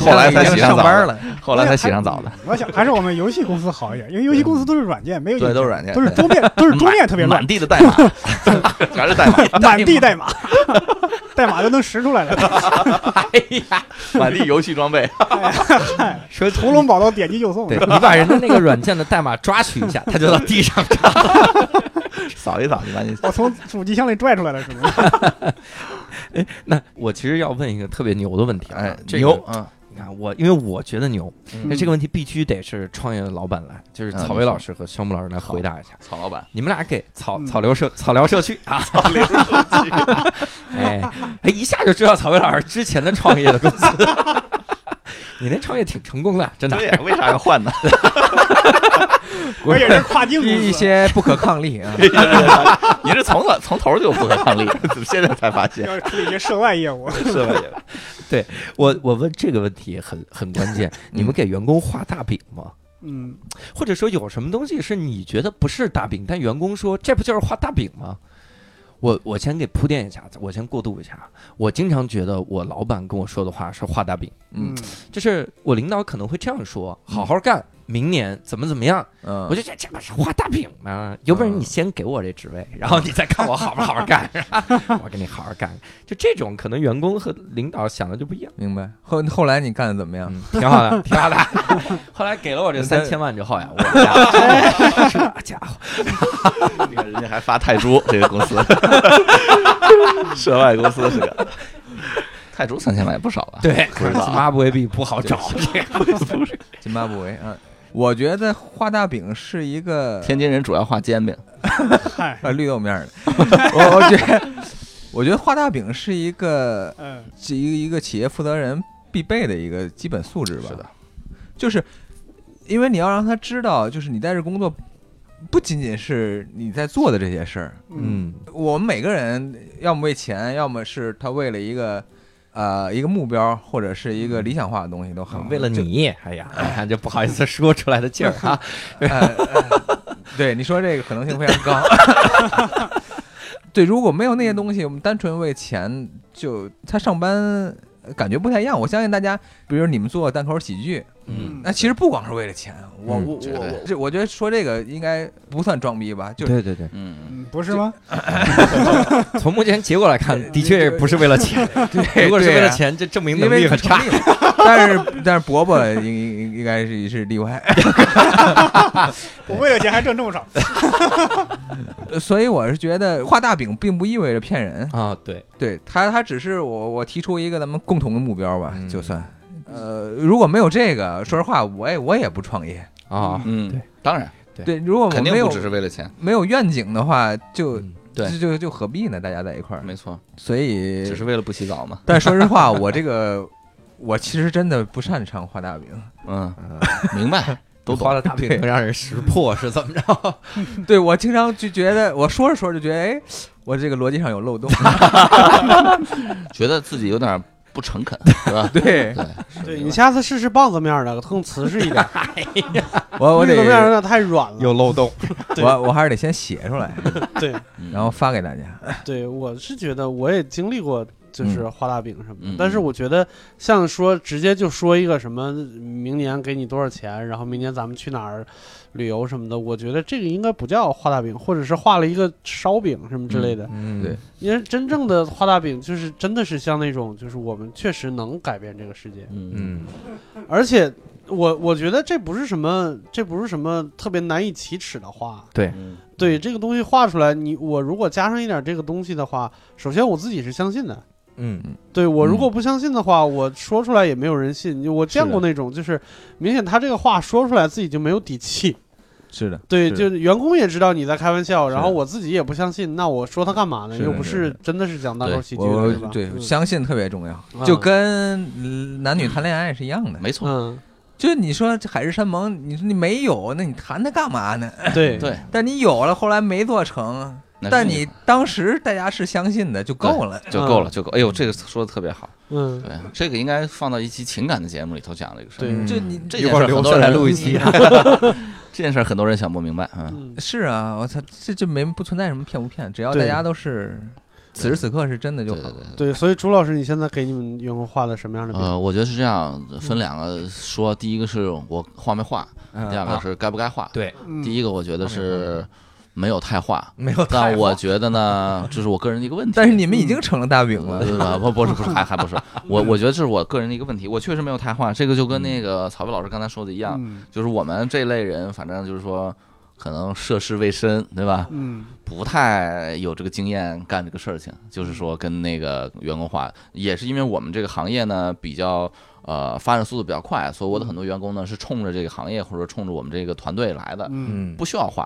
后来才
已经
洗上
上
澡
班
了
了，
后来才洗上澡的，
嗯我想还是我们游戏公司好一点，因为游戏公司都是软件，没有
对，
硬
都是软件，
都是桌
<laughs>
面，都是桌面特别乱啊
满，地的代码， <laughs> 全是代码， <laughs>
满地代码， <laughs> 代码都能识出来了。
满地游戏装备，
哎说
屠龙宝刀点击就送
对，你把人家那个软件的代码抓取一下，他就到地上。
扫一扫就把你
我从主机箱里拽出来了，是
<laughs>
吗？
那我其实要问一个特别牛的问题啊
哎，
这个
牛，嗯，
你看我，因为我觉得牛，
嗯
那这个问题必须得是创业的老板来，就是
嗯
草薇
没错
老师和肖木老师来回答一下。
曹老 <laughs> 板，
你们俩给草
嗯
草聊社草聊社区 <laughs> 啊，草聊社区，哎哎，一下就知道草薇老师之前的创业的公司。 <laughs> 你那创业挺成功的，真的。
呀，为啥要换 <laughs> 呢？。
我也是跨境公
一一
司，
些不可抗力啊
<laughs> 你是从了从头就不可抗力， <laughs> 现在才发现，
要处理一些涉外业务。
是吧？
我我问这个问题很很关 <laughs> 键，你们给员工画大饼吗？
嗯，
或者说有什么东西是你觉得不是大饼，但员工说这不就是画大饼吗？我我先给铺垫一下，我先过渡一下。我经常觉得我老板跟我说的话是画大饼，
嗯
就是我领导可能会这样说：好好干，明年怎么怎么样。
嗯，
我就觉得这不是画大饼啊吗？有本事你先给我这职位，然后你再看我好不好好干，我给你好好干。就这种可能员工和领导想的就不一样，
明白。后后来你干的怎么样？
嗯，挺好的，挺好的。后来给了我这
你在
三千万之后呀，我家这家伙。
你看人家还发泰铢，这个公司，涉外公司是个泰铢三千万也不少吧？
<laughs> 对，
不知道
津巴布韦币不好找，这个 <laughs>
津巴布韦啊，我觉得画大饼是一个
天津人主要画煎饼，
嗨，
啊绿豆面儿的。 <laughs> 我我觉得，我觉得画大饼是一个
嗯
是一个一个企业负责人必备的一个基本素质吧。
是的，
就是因为你要让他知道，就是你在这工作不仅仅是你在做的这些事儿，
嗯，
我们每个人要么为钱，要么是他为了一个呃一个目标或者是一个理想化的东西都很
为了你，哎呀，哎呀，这不好意思说出来的劲儿啊，
呃，呃 <laughs> 对你说这个可能性非常高。 <laughs> 对，如果没有那些东西，我们单纯为钱，就他上班呃感觉不太一样。我相信大家，比如你们做单口喜剧，
嗯，
那其实不光是为了钱。我
嗯
我
绝
我
对
我这我觉得说这个应该不算装逼吧，就是
<laughs> 对对对，
嗯，
嗯不是
<laughs>
吗？
<laughs> 从目前结果来看，的确
这个
不是为了钱，
对
<laughs> 如果是为
对
了
啊
钱，这证明
因
能力
为
很差。
成立了 <laughs> 但是但是伯伯应应应该是是例外， <laughs>
我为了钱还挣这么少，
所以我是觉得画大饼并不意味着骗人，
<laughs> 啊，对，
对他，他只是我我提出一个咱们共同的目标吧，
嗯
就算。呃，如果没有这个，说实话，我也我也不创业。
啊，对
嗯，当然，
对，如果我
肯
们
定
没
不
有
只是为了钱，
没有愿景的话，就
嗯
对
就就就何必呢？大家在一块儿，
没错，
所以
只是为了不洗澡嘛，
但说实话，我这个我其实真的不擅长画大饼， <laughs>
嗯，明白，都懂
画，了大
这能让人识破是怎么 <laughs> 着？
对，对我经常就觉得，我说着说着就觉得，哎，我这个逻辑上有漏洞。 <laughs>
觉得自己有点不诚恳，是吧？
对
对，
对你下次试试棒子面儿的，更瓷实
<laughs>
一点。
我我
绿
得
豆面儿有点太软了。
漏洞，
对
我我还是得先写出来，
对
嗯
然后发给大家。
对，我是觉得我也经历过，就是画大饼什么的。
嗯
但是我觉得，像说直接就说一个什么，明年给你多少钱，然后明年咱们去哪儿旅游什么的，我觉得这个应该不叫画大饼，或者是画了一个烧饼什么之类的。
<laughs> 嗯
对
因为真正的画大饼，就是真的是像那种，就是我们确实能改变这个世界。
嗯
嗯
而且我我觉得这不是什么，这不是什么特别难以启齿的话。
嗯
对这个东西画出来，你我如果加上一点这个东西的话，首先我自己是相信的。
嗯
对我
嗯
如果不相信的话，我说出来也没有人信。就我见过那种，就是明显他这个话说出来自己就没有底气。
是的，
对，
是
就员工也知道你在开玩笑，然后
是
我自己也不相信，那我说他干嘛呢？
是的
又不
是
是真的是讲单口喜剧
我
的，吧？
对
嗯
相信特别重要，
啊
就跟嗯男女谈恋爱是一样的。
没错，
嗯，
就你说这海誓山盟，你说你没有，那你谈它干嘛呢？
对
对，
但你有了，后来没做成，
那是
但
你
你当时大家是相信的就够了。
就够了，就够。哎呦，这个说的特别好，
嗯，
对，这个应该放到一期情感的节目里头讲这个事儿。
对
嗯
就你这
这件
一会
事
儿
儿很
留
多
下
人嗯
来录一期，
这件事儿很多人想不明白，嗯，
嗯
<laughs> 是啊，我操，这这没不存在什么骗不骗，只要
对
大家都是此时此刻是真的就
对
好
对
了。
对。
对，所以朱老师，你现在给你们员工画的什么样的饼？
呃，我觉得是这样，分两个说。第一个是我画没画，
嗯
第二个
啊
是该不该画。
对，
第一个我觉得是没有太画，
没有太
但
好，
我觉得呢，这是我个人的一个问题。
<laughs> 但是你们已经成了大饼了。
呃不不是不是还还不是我我觉得这是我个人的一个问题，我确实没有太画，这个就跟那个曹飞老师刚才说的一样，
嗯
就是我们这类人，反正就是说可能涉世未深，对吧？
嗯
不太有这个经验干这个事儿情，就是说跟那个员工画，也是因为我们这个行业呢比较呃发展速度比较快，所以我的很多员工呢是冲着这个行业或者冲着我们这个团队来的，
嗯
嗯
不需要画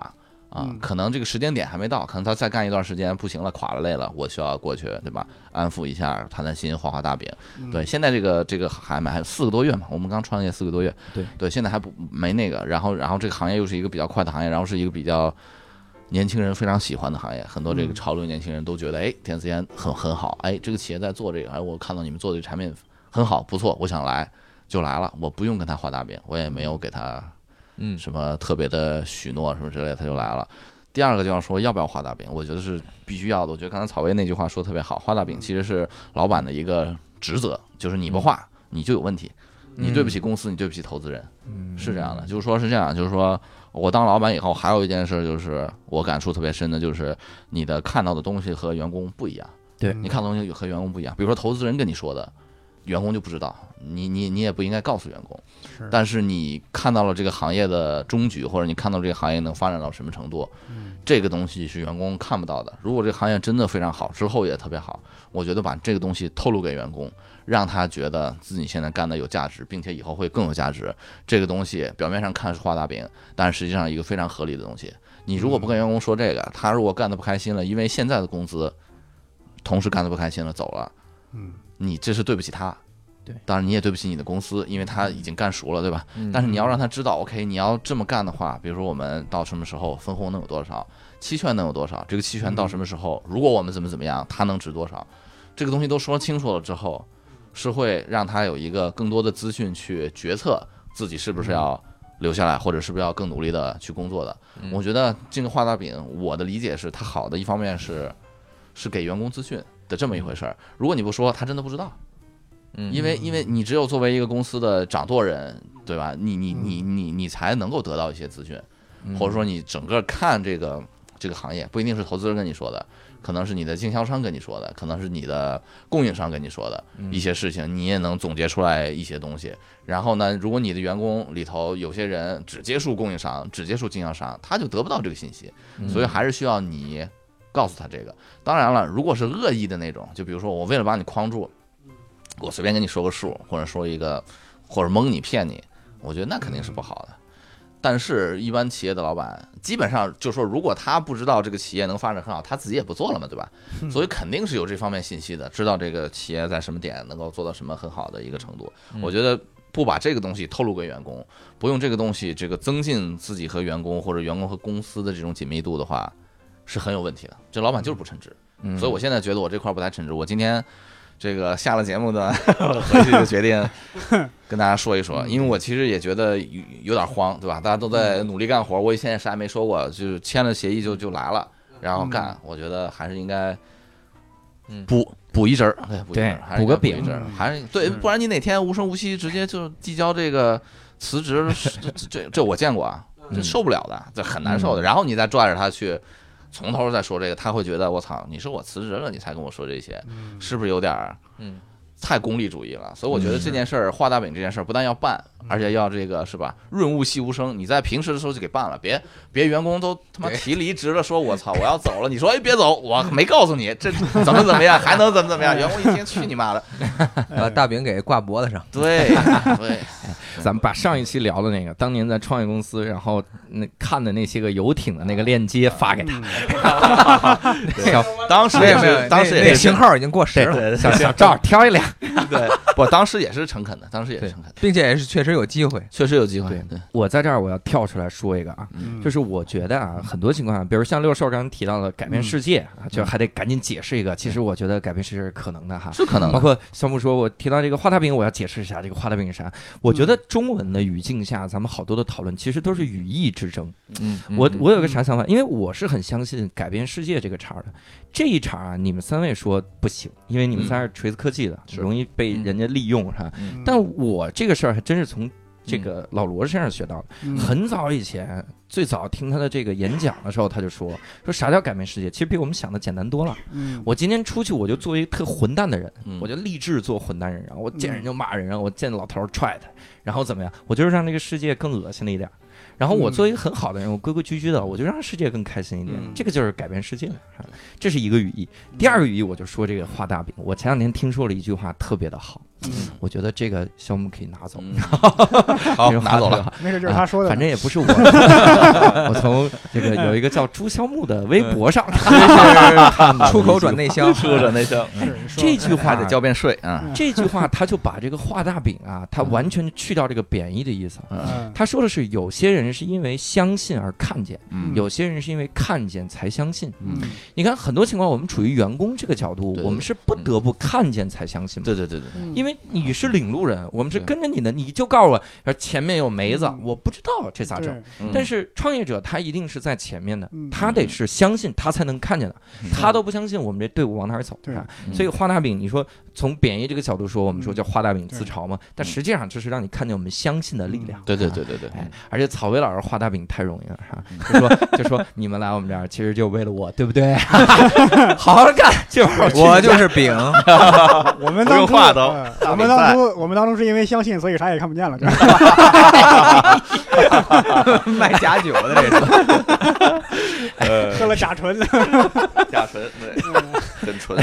啊
嗯，
可能这个时间点还没到，可能他再干一段时间不行了，垮了累了，我需要过去对吧，安抚一下，谈谈心，画画大饼。
嗯
对，现在这个这个还蛮还四个多月嘛，我们刚创业四个多月，
对
对，现在还不没那个，然后然后这个行业又是一个比较快的行业，然后是一个比较年轻人非常喜欢的行业，很多这个
嗯
潮流年轻人都觉得，哎，电子烟很很好，哎，这个企业在做这个，哎，我看到你们做的产品很好，不错，我想来就来了，我不用跟他画大饼，我也没有给他
嗯，
什么特别的许诺什么之类的，他就来了。第二个就要说要不要画大饼，我觉得是必须要的。我觉得刚才草薇那句话说得特别好，画大饼其实是老板的一个职责，就是你不画你就有问题，你对不起公司，你对不起投资人，
嗯
是这样的。就是说是这样，就是说我当老板以后还有一件事就是我感触特别深的，就是你的看到的东西和员工不一样。
对
你看的东西和员工不一样，比如说投资人跟你说的，员工就不知道，你你你也不应该告诉员工。
是
但是你看到了这个行业的终局，或者你看到这个行业能发展到什么程度，
嗯
这个东西是员工看不到的。如果这个行业真的非常好，之后也特别好，我觉得把这个东西透露给员工，让他觉得自己现在干的有价值，并且以后会更有价值。这个东西表面上看是画大饼，但实际上一个非常合理的东西。你如果不跟员工说这个，他如果干得不开心了，因为现在的工资，同事干得不开心了走了，
嗯，
你这是对不起他。
对，
当然你也对不起你的公司，因为他已经干熟了，对吧？
嗯
但是你要让他知道，OK，你要这么干的话，比如说我们到什么时候分红能有多少，期权能有多少，这个期权
嗯
到什么时候，如果我们怎么怎么样，它能值多少，这个东西都说清楚了之后，是会让他有一个更多的资讯去决策自己是不是要留下来，或者是不是要更努力的去工作的。
嗯
我觉得这个画大饼，我的理解是，它好的一方面是是给员工资讯的这么一回事儿。如果你不说，他真的不知道。
嗯
因为因为你只有作为一个公司的掌舵人，对吧？你你你你你才能够得到一些资讯，
嗯
嗯
或者说你整个看这个这个行业，不一定是投资人跟你说的，可能是你的经销商跟你说的，可能是你的供应商跟你说的一些事情，你也能总结出来一些东西。然后呢，如果你的员工里头有些人只接触供应商，只接触经销商，他就得不到这个信息，
嗯
嗯
所以还是需要你告诉他这个。当然了，如果是恶意的那种，就比如说我为了把你框住，我随便跟你说个数，或者说一个，或者蒙你骗你，我觉得那肯定是不好的。但是，一般企业的老板基本上就是说，如果他不知道这个企业能发展很好，他自己也不做了嘛，对吧？所以肯定是有这方面信息的，知道这个企业在什么点能够做到什么很好的一个程度。我觉得不把这个东西透露给员工，不用这个东西这个增进自己和员工或者员工和公司的这种紧密度的话，是很有问题的。这老板就是不称职。
嗯
所以我现在觉得我这块儿不太称职。我今天这个下了节目 <laughs> 呢，回去就决定跟大家说一说，因为我其实也觉得有有点慌，对吧？大家都在努力干活，我现在啥也没说过，就是签了协议就就来了，然后干。我觉得还是应该
嗯
补补一针儿，哎对，补一针儿
对
还是
补个
应该
饼
一针儿
嗯
还是对，不然你哪天无声无息直接就递交这个辞职，这这这我见过啊，这
嗯
受不了的，这很难受的。然后你再拽着他去。从头再说这个，他会觉得我操，你说我辞职了，你才跟我说这些，是不是有点儿
嗯
太功利主义了？所以我觉得这件事儿画大饼这件事儿不但要办，
嗯
而且要这个是吧？润物细无声，你在平时的时候就给办了，别别员工都他妈
对
提离职了，说我操我
<laughs>
要走了，你说哎别走，我没告诉你这怎么怎么样，还能怎么怎么样？员工一听去你妈的，
哎呃
把呃大饼给挂脖子上，
对对，
嗯咱们把上一期聊的那个，当年在创业公司，然后那看的那些个游艇的那个链接发给他，小
当时
没
也
<laughs> 有没有，
是当时
那
也
那
是
型号已经过时
对
了，
小小赵挑一辆，
对，我当时也是诚恳的，当时也是
对
诚恳的，
并且也是确实有机会。
确实有机会。
对
对，
我在这儿我要跳出来说一个啊，
嗯
就是我觉得啊，很多情况下，比如像六兽刚刚提到的改变世界啊，就还得赶紧解释一个。其实我觉得改变世界是可能的哈，
是可能
包
的。
括小木说，我提到这个画大饼，我要解释一下这个画大饼是啥。我觉得中文的语境下，咱们好多的讨论其实都是语义之争。
嗯，
我
嗯
我有个啥想法？因为我是很相信改变世界这个茬儿的。这一茬儿啊，你们三位说不行，因为你们仨是锤子科技的，
是
容易被人家利用，是吧？
嗯
但我这个事儿还真是从这个老罗身上学到的。
嗯
很早以前，最早听他的这个演讲的时候，他就说说啥叫改变世界，其实比我们想的简单多了。
嗯
我今天出去，我就作为一个特混蛋的人，
嗯
我就立志做混蛋人，然后我见人就骂人，然后我见老头儿踹他，然后怎么样，我就是让这个世界更恶心了一点儿。
嗯
然后我作为一个很好的人，我规规矩矩的，我就让世界更开心一点，
嗯
这个就是改变世界了。啊这是一个语义。
嗯
第二个语义，我就说这个画大饼。我前两天听说了一句话特别的好，我觉得这个项目可以拿走。
嗯 <laughs>
<laughs>
好
这个话
拿走
特别
了
好。
那个就是他说的，
反正也不
<laughs>
是我，我从这个有一个叫朱萧木的微
嗯
博
<laughs>
上 <laughs> 看到
出口转内
<laughs>
销，啊
出者内向，
是说
这句话
还嗯得交遍税啊。
这句话他就把这个画大饼啊，他完全去掉这个贬义的意思。
嗯
嗯
他说的是，有些人是因为相信而看见，
嗯
有些人是因为看见才相信。
嗯
你看，很多情况我们处于员工这个角度
对，嗯
我们是不得不看见才相信嘛。
对对对对，
嗯
因为你是领路人，我们是
对
跟着你的，你就告诉我，说前面有梅子
嗯，
我不知道这咋整。
对
嗯
但是创业者他一定是在前面的
嗯，
他得是相信他才能看见的，
嗯
他都不相信我们这队伍往哪儿走。
对嗯
是吧所以画大饼，你说从贬义这个角度说，我们说叫画大饼自嘲嘛，但实际上这是让你看见我们相信的力量。
嗯对对
啊。
对嗯对
<laughs>
对，
哎，而且草莓老师画大饼太容易了，是吧？就说就 <laughs> 说你们来我们这儿，其实就为了我，对不
<laughs>
对？好好干，就
我
<laughs>
就是饼，
我们
不
当
用
初
画都
嗯我们当初我们当初是因为相信，所以啥也看不见了。就是
卖假酒的这
<laughs>
是。
喝了甲醇， <laughs>
甲醇，对，真纯。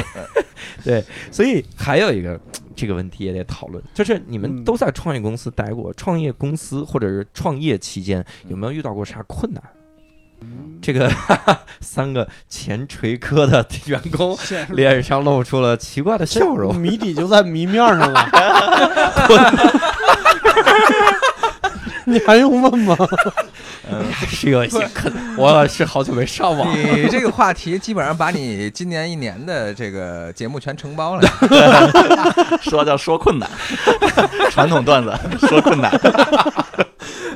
所以还有一个这个问题也得讨论，就是你们
嗯
都在创业公司待过，创业公司或者是创业期间
嗯
有没有遇到过啥困难？这个 <laughs> 三个前锤科的员
<laughs>
工脸上露出了奇怪的笑容。
谜底就在谜面
<laughs>
上了。你还用问吗？嗯
嗯是有一些困
<laughs>
难，我是好久没上网。
你这个话题基本上把你今年一年的这个节目全承包
<laughs>
了。
说叫说困难， <laughs> 传统段子说困难，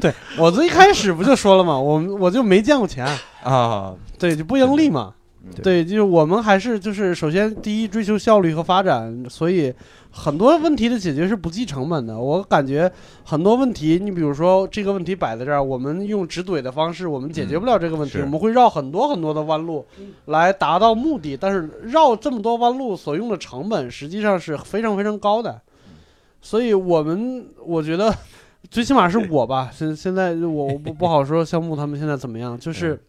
对 <laughs> 我最开始不就说了吗？我们我就没见过钱，
啊，
对，就不盈利嘛。对，就是我们还是就是首先第一追求效率和发展，所以很多问题的解决是不计成本的。我感觉很多问题，你比如说这个问题摆在这儿，我们用直怼的方式，我们解决不了这个问
嗯
题，
是
我们会绕很多很多的弯路来达到目的。但是绕这么多弯路所用的成本，实际上是非常非常高的。所以我们我觉得，最起码是我吧，现现在我我不不好说项目他们现在怎么样，
嗯
就是。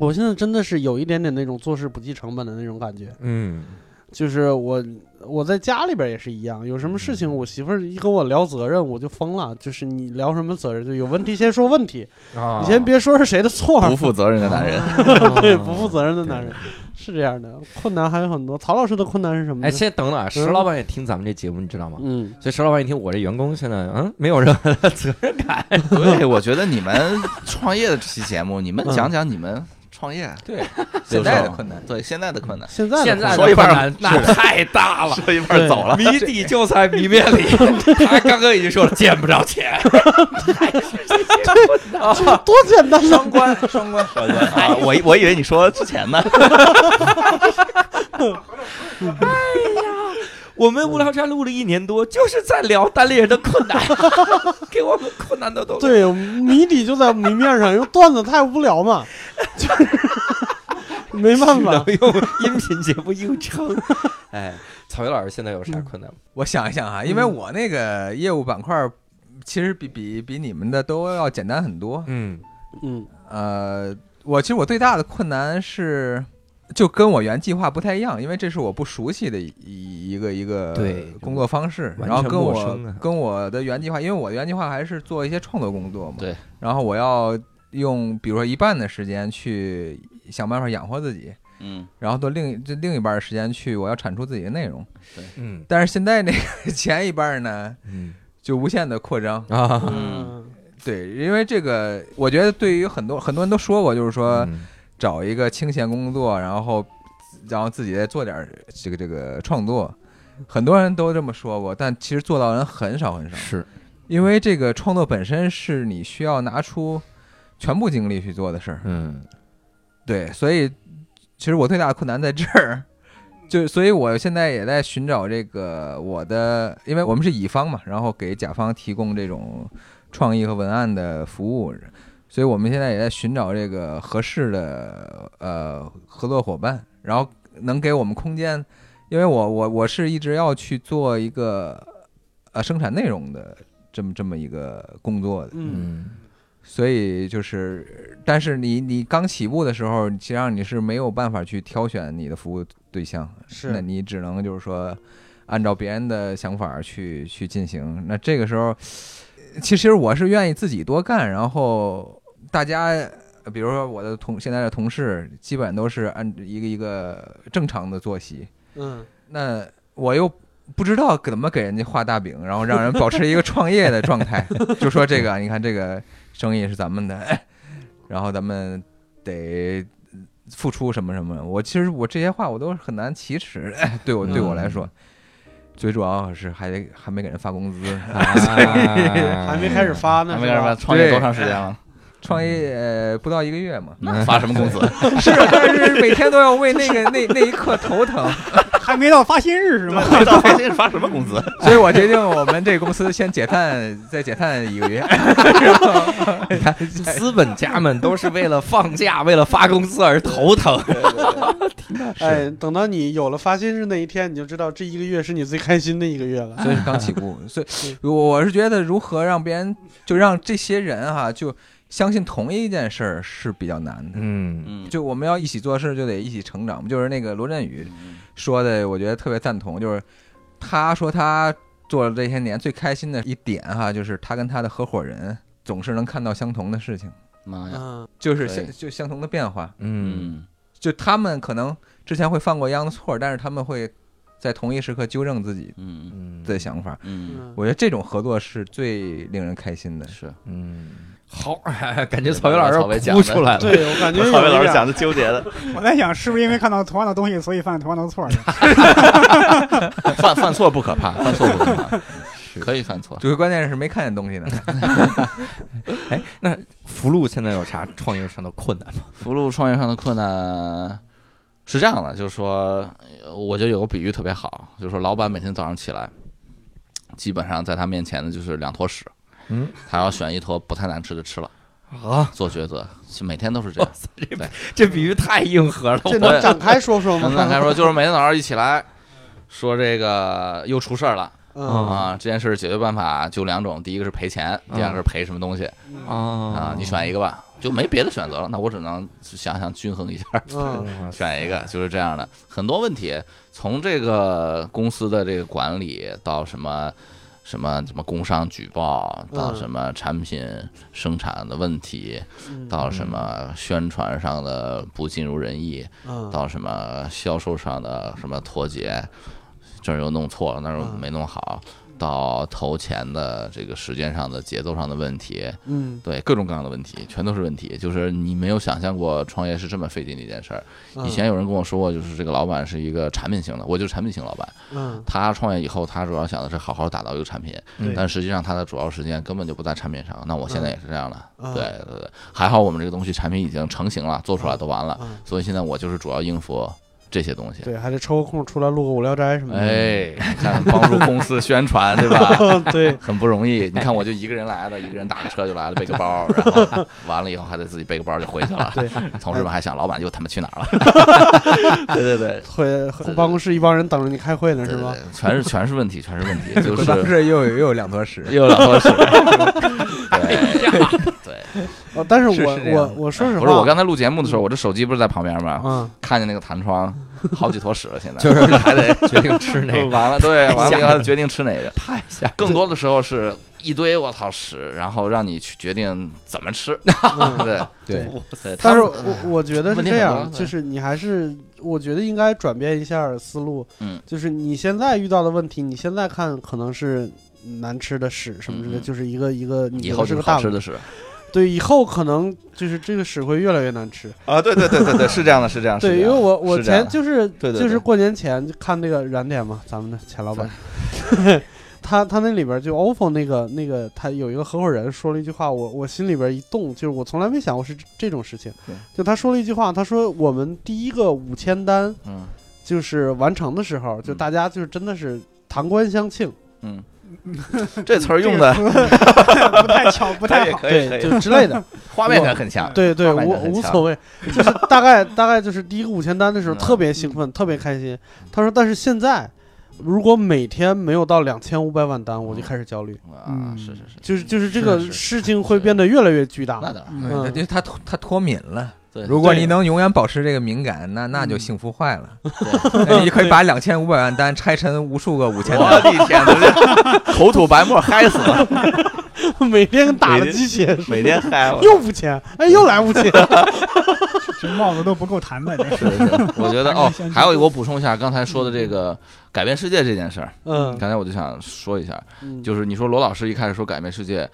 我现在真的是有一点点那种做事不计成本的那种感觉，
嗯，
就是我我在家里边也是一样，有什么事情
嗯
我媳妇儿一跟我聊责任，我就疯了，就是你聊什么责任，就有问题先说问题，
啊
你先别说是谁的错，
不负责任的男人。
<laughs> 对
嗯
不负责任的男人是这样的，困难还有很多。曹老师的困难是什么呢？
哎，先等等啊，石老板也听咱们这节目，你知道吗？
嗯，
所以石老板一听我这员工现在嗯没有任何的责任感，
对，我觉得你们创业的这期节目，你们
嗯
讲讲你们创业 <laughs>
对，现
流程
在的困难，
对现在的困难，
现在的
现在的
说一半
困
儿
难那太大了。
说一半走了，
谜底就在谜面里。他刚刚已经说了，见不着钱，
困难多 <laughs> 简单呢，
双关，双
<laughs>
关，双关。
啊，我以我以为你说之前呢，
我们无聊斋录了一年多，就是在聊单立人的困
<laughs>
难，给我们困难的都。
对，谜底就在谜面上，因为段子太无聊嘛，就是 <laughs> 没办法
能。用音频节目硬撑。哎，草莓老师现在有啥困难吗？
我想一想啊，
嗯
因为我那个业务板块儿其实比比比你们的都要简单很多。
嗯
嗯
呃，我其实我最大的困难是，就跟我原计划不太一样，因为这是我不熟悉的一一个一个
对
工作方式，
完
然后
全
跟
陌
我
生啊
跟我的原计划，因为我的原计划还是做一些创作工作嘛，
对，
然后我要用比如说一半的时间去想办法养活自己，
嗯
然后都另这另一半儿时间去我要产出自己的内容。
嗯
但是现在那个 <laughs> 前一半儿呢，
嗯
就无限的扩张。
啊，
嗯，
对，因为这个，我觉得对于很多很多人都说过，就是说
嗯
找一个清闲工作，然后然后自己再做点儿这个这个创作，很多人都这么说过，但其实做到的人很少很少。
是
因为这个创作本身是你需要拿出全部精力去做的事儿，
嗯
对，所以其实我最大的困难在这儿，就所以我现在也在寻找这个我的，因为我们是乙方嘛，然后给甲方提供这种创意和文案的服务，所以我们现在也在寻找这个合适的呃合作伙伴，然后能给我们空间，因为我我我是一直要去做一个呃生产内容的这么这么一个工作的，
嗯，
嗯
所以就是，但是你你刚起步的时候，其实上你是没有办法去挑选你的服务对象，那
是
你只能就是说，按照别人的想法去去进行。那这个时候，其实我是愿意自己多干，然后大家，呃比如说我的同现在的同事，基本都是按一个一个正常的作息，
嗯，
那我又不知道怎么给人家画大饼，然后让人保持一个创业的状
<laughs>
态，就说这个，你看这个生意是咱们的，然后咱们得付出什么什么。我其实我这些话我都是很难启齿的，对我对
嗯
我来说，最主要是还得还没给人发工资。
啊
啊
嗯
还
哎
还
没开始发呢，
还没
是
干
吧
吧？啊创业多长时间了？
创业呃不到一个月嘛，
那发什么工 <laughs> 资？
是，啊但是每天都要为那个那那一刻头疼，
还没到发薪日是吗？
到发现发什么工资？
所以我决定我们这公司先解散，再解散一个月。
资本家们都是为了放假、为了发工资而头疼。
哎，等到你有了发薪日那一天，你就知道这一个月是你最开心的一个月了。
所以是刚起
<laughs>
步，所以我我是觉得如何让别人就让这些人哈、就相信同一件事儿是比较难的。
嗯
嗯，
就我们要一起做事，就得一起成长。就是那个罗振宇
嗯
说的，我觉得特别赞同。就是他说他做了这些年最开心的一点哈、就是他跟他的合伙人总是能看到相同的事情，
妈呀，
嗯，
就是
对
相就相同的变化。
嗯
嗯
就他们可能之前会犯过一样的错，但是他们会在同一时刻纠正自己
嗯
嗯
的想法。
嗯，
嗯
我觉得这种合作是最令人开心的。
是。
嗯，好，哎 <laughs> 感觉曹云老师要哭出来了。
对我感觉有一
曹伟老师
点
讲的纠结的，
我在想是不是因为看到同样的东西，所以犯同样的错儿呢？
<laughs> 犯犯错不可怕，犯错不可 <laughs> 怕，可以犯错。
就是关键是没看见东西
<laughs>
呢。
哎，那福禄现在有啥创业上的困难吗？
福禄创业上的困难是这样的，就是说，呃我觉得有个比喻特别好，就是说，老板每天早上起来，基本上在他面前的就是两坨屎，
嗯，
他要选一坨不太难吃的吃了
啊，
做抉择，是每天都是这样。
哦
<laughs> 这比喻太硬核了。
这能展开
<laughs>
说说
跟咱
吗？
来说，就是每天早上一起来。说这个又出事儿了
嗯
啊！这件事儿解决办法就两种，第一个是赔钱，第二个是
嗯
赔什么东西啊
啊？
你选一个吧，就没别的选择了。那我只能想想均衡一下。
嗯
选一个，就是这样的。很多问题，从这个公司的这个管理到什么什么什么工商举报，
嗯
到什么产品生产的问题，
嗯
到什么宣传上的不尽如人意，
嗯
到什么销售上的什么脱节，这儿又弄错了，那儿又
嗯
没弄好。到投钱的这个时间上的节奏上的问题，
嗯
对各种各样的问题，全都是问题。就是你没有想象过创业是这么费劲的一件事儿。
嗯
以前有人跟我说过，就是这个老板是一个产品型的，我就是产品型老板。
嗯
他创业以后，他主要想的是好好打造一个产品，
对
但实际上他的主要时间根本就不在产品上。那我现在也是这样的，
嗯
对对对，还好我们这个东西产品已经成型了，做出来都完了，
嗯，
所以现在我就是主要应付这些东西。
对，还得抽个空出来录个无聊斋什么的。
哎，你看帮助公司宣传，对吧？
<laughs>
<laughs>
对，
很不容易。你看，我就一个人来的，一个人打个车就来了，背个包，然后完了以后还得自己背个包就回去了。
对，
同事们还想，老板又他妈去哪儿了？对 <laughs> 对对，
会会办公室一帮人等着你开会呢，
对
是
对
吗？
对，全是全是问题，全是 <laughs> 问题，就
当
是
时又有又有两坨屎，
又两坨屎。对对，
呃但是
是
我
是这样
我
的
我说实
不是我
话，
刚才录节目的时候，我这手机不是在旁边吗？
嗯，
看见那个弹窗，好几坨屎了，现在
就是
还得
决定吃哪 <laughs> 个，
<laughs> 完了，对，完
吓
了
人
要决定吃哪个。
太吓人
更多的时候是一堆我操屎，然后让你去决定怎么吃。
嗯
<laughs> <laughs> 对
对，
<laughs> 对，
但是
他
我
们
我觉得是
问题很
这样，
多对
就是你还是我觉得应该转变一下思路，
嗯，
就是你现在遇到的问题，你现在看可能是难吃的屎什么之类的，
嗯嗯
就是一个一个你
以
觉
后
得是
就是
个
好
大
吃
问
的
题，
屎
对，以后可能就是这个屎会越来越难吃。
啊！对对对对对，是这样的，是 <laughs> 这样。
对，
是这
因为
样的
我我
是这样
前
的
就是
对对
就是
对
过年前就看那个燃点嘛，咱们的钱老板， <laughs> 他他那里边就 OFO 那个那个他有一个合伙人说了一句话，我我心里边一动，就是我从来没想过是这这种事情
对。
就他说了一句话，他说我们第一个五千单
嗯
就是完成的时候，就
嗯
大家就是真的是堂官相庆，
嗯，这词儿用的
不太巧，不
可
太
以
好。
可以可
对，
以，
就之类的。
<laughs> 画面感很强。
对对，
画面
无
感很
无
强
所谓，就是大概大概就是第一个五千单的时候
嗯
特别兴奋，特别开心。他说，但是现在如果每天没有到两千五百万单，
嗯
我就开始焦虑，
啊，是是是，
嗯就是就是这
是
个
是
事情会变得越来越巨大。
那当然。
嗯
嗯
对，就他脱他脱敏了。
对，
如果
对
你能永远保持这个敏感，那那就
嗯
幸福坏
<laughs>
了。
对
哎你可以把两千五百万单拆成无数个五千
我
单。
的天哪， <laughs> 这口吐白沫嗨死了，
<laughs> 每天跟打了
每天
鸡血似的，
每天
<laughs>
嗨我。
又五千，哎，又来五千。
这帽子都不够弹的，这，
是是，我觉得
<laughs>
哦还有一个我补充一下，刚才说的这个改变世界这件事儿，
嗯，
刚才我就想说一下，
嗯
就是你说罗老师一开始说改变世界，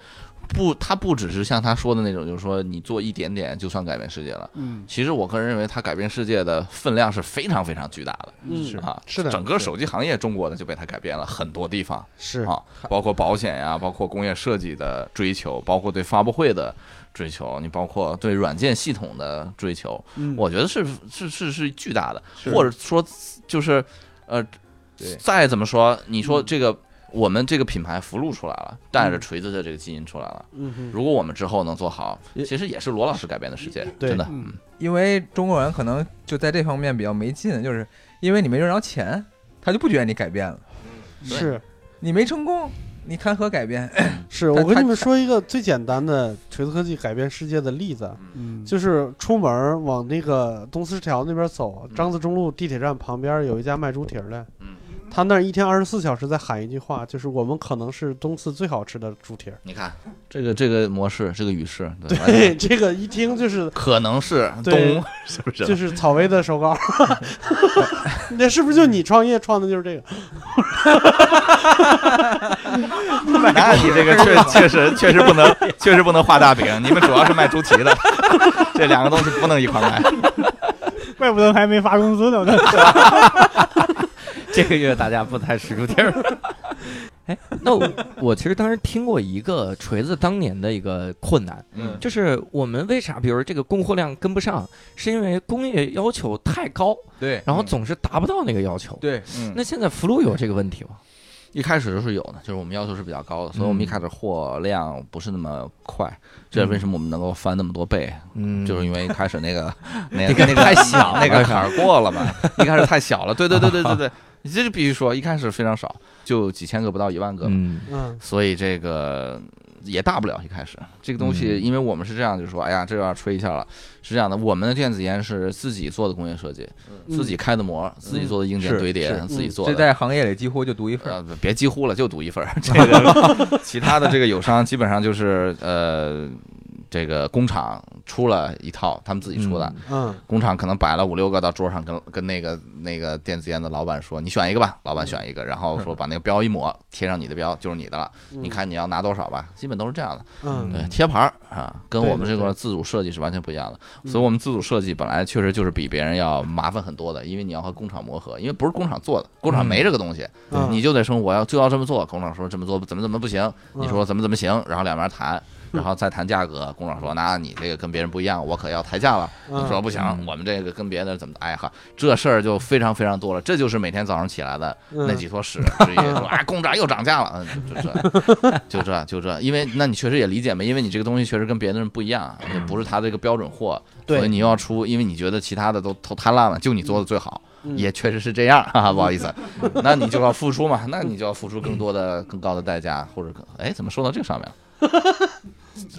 不，他不只是像他说的那种，就是说你做一点点就算改变世界了。
嗯，
其实我个人认为，他改变世界的分量是非常非常巨大的
嗯
是
啊。
是的
整个手机行业中国的就被他改变了很多地方
是
啊，包括保险呀、包括工业设计的追求，包括对发布会的追求，你包括对软件系统的追求，
嗯
我觉得是是是是巨大的，或者说就是呃
对，
再怎么说，你说这个、我们这个品牌福禄出来了，带着锤子的这个基因出来了。
嗯哼
如果我们之后能做好，
也
其实也是罗老师改变的世界，
对
真的。
嗯
因为中国人可能就在这方面比较没劲，就是因为你没挣着钱，他就不觉得你改变了。
对
是
你没成功，你谈何改变？
是，
他
我跟
他
你们说一个最简单的锤子科技改变世界的例子啊。
嗯，
就是出门儿往那个东四条那边走，
嗯
张自忠路地铁站旁边有一家卖猪蹄儿的，
嗯
他那儿一天二十四小时在喊一句话，就是我们可能是东四最好吃的猪蹄儿。
你看这个这个模式，这个语势，对完
对，
全
<laughs> 这个一听就是
<laughs> 可能是
对
东，是 <laughs> 不是？啊
就是草薇的手
<laughs>
稿， <laughs> 那是不是就你创业创的就是这个？
那你这个 <laughs> 确确实确实不能，确实不能画大饼。你们主要是卖猪蹄的， <laughs> 这两个东西不能一块卖。
怪不得还没发工资呢。
这个月大家不太识猪蹄儿。 <laughs> 哎，那我我其实当时听过一个锤子当年的一个困难，
嗯，
就是我们为啥，比如这个供货量跟不上，是因为工业要求太高，
对
然后总是达不到那个要求。
对，
嗯
那现在福禄有这个问题吗？
一开始是有的，就是我们要求是比较高的，所以我们一开始货量不是那么快，这是为什么我们能够翻那么多倍，
嗯
就是因为一开始那个那
这个
个那个
太小了
那个坎儿过了嘛，一开始太小了，对对对对对对，你这就必须说一开始非常少，就几千个不到一万个，
嗯
嗯，
所以这个也大不了一开始这个东西，
嗯
因为我们是这样，就是说，哎呀，这要吹一下了，是这样的，我们的电子烟是自己做的工业设计，自己开的模，自己做的硬件
是
堆叠，
是
自己做
这
的。
在行业里几乎就独一份儿。
呃，别几乎了，就赌一份儿。这个其他的这个友商基本上就是呃，这个工厂出了一套，他们自己出的。
嗯
工厂可能摆了五六个到桌上跟，跟那个那个电子烟的老板说，你选一个吧，老板选一个，然后说把那个标一抹，贴上你的标就是你的了，
嗯，
你看你要拿多少吧，基本都是这样的。
嗯，
<laughs>
对，
嗯
贴牌儿啊，跟
对
我们
对
这
对
个自主设计是完全不一样的。
嗯
所以我们自主设计本来确实就是比别人要麻烦很多的，因为你要和工厂磨合，因为不是工厂做的，工厂没这个东西，
嗯
你就得说我要就要这么做。工厂说这么做怎么怎么不行，
嗯
你说怎么怎么行，然后两边谈。然后再谈价格，工厂说：“那你这个跟别人不一样，我可要抬价了。”
嗯
你说：“不行
嗯，
我们这个跟别的怎么？”哎哈，这事儿就非常非常多了。这就是每天早上起来的
嗯
那几坨屎之一，
<laughs>
说啊，工厂又涨价了，嗯，就就这，就这，就这，因为那你确实也理解嘛，因为你这个东西确实跟别的人不一样，啊也不是他这个标准货，
对
所以你又要出，因为你觉得其他的都都太烂了，就你做的最好，
嗯
也确实是这样，哈哈，不好意思，那你就要付出嘛，那你就要付出更多的、更高的代价，或者更，哎，怎么说到这个上面了？ <laughs>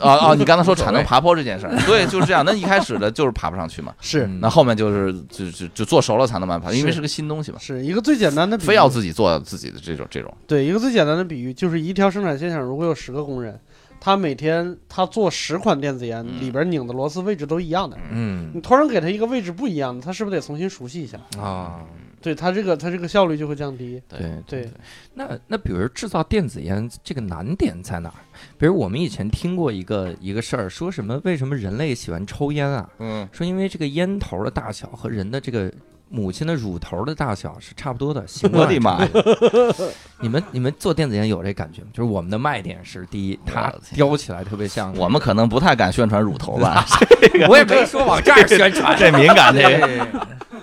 啊啊！你刚才说产能爬坡这件事儿，对，就是这样。那一开始的就是爬不上去嘛，
是
嗯
嗯
那后面就是就就就做熟了才能慢慢爬，因为
是
是个新东西嘛，
是一个最简单的比喻，
非要自己做自己的这种这种。
对一个最简单的比喻，就是一条生产线上如果有十个工人，他每天他做十款电子烟，
嗯
里边拧的螺丝位置都一样的，
嗯
你突然给他一个位置不一样的，他是不是得重新熟悉一下？
嗯
啊，
对他这个他这个效率就会降低。
对
对，
那那比如制造电子烟这个难点在哪儿？比如我们以前听过一个一个事儿，说什么为什么人类喜欢抽烟啊？
嗯，
说因为这个烟头的大小和人的这个母亲的乳头的大小是差不多的，形状
我的妈呀！
你们你们做电子烟有这感觉吗？就是我们的卖点是第一，它
我的天
叼起来特别像
我们可能不太敢宣传乳头 <laughs> 吧，
我也没说往这儿宣
<laughs>
传。
这敏感这个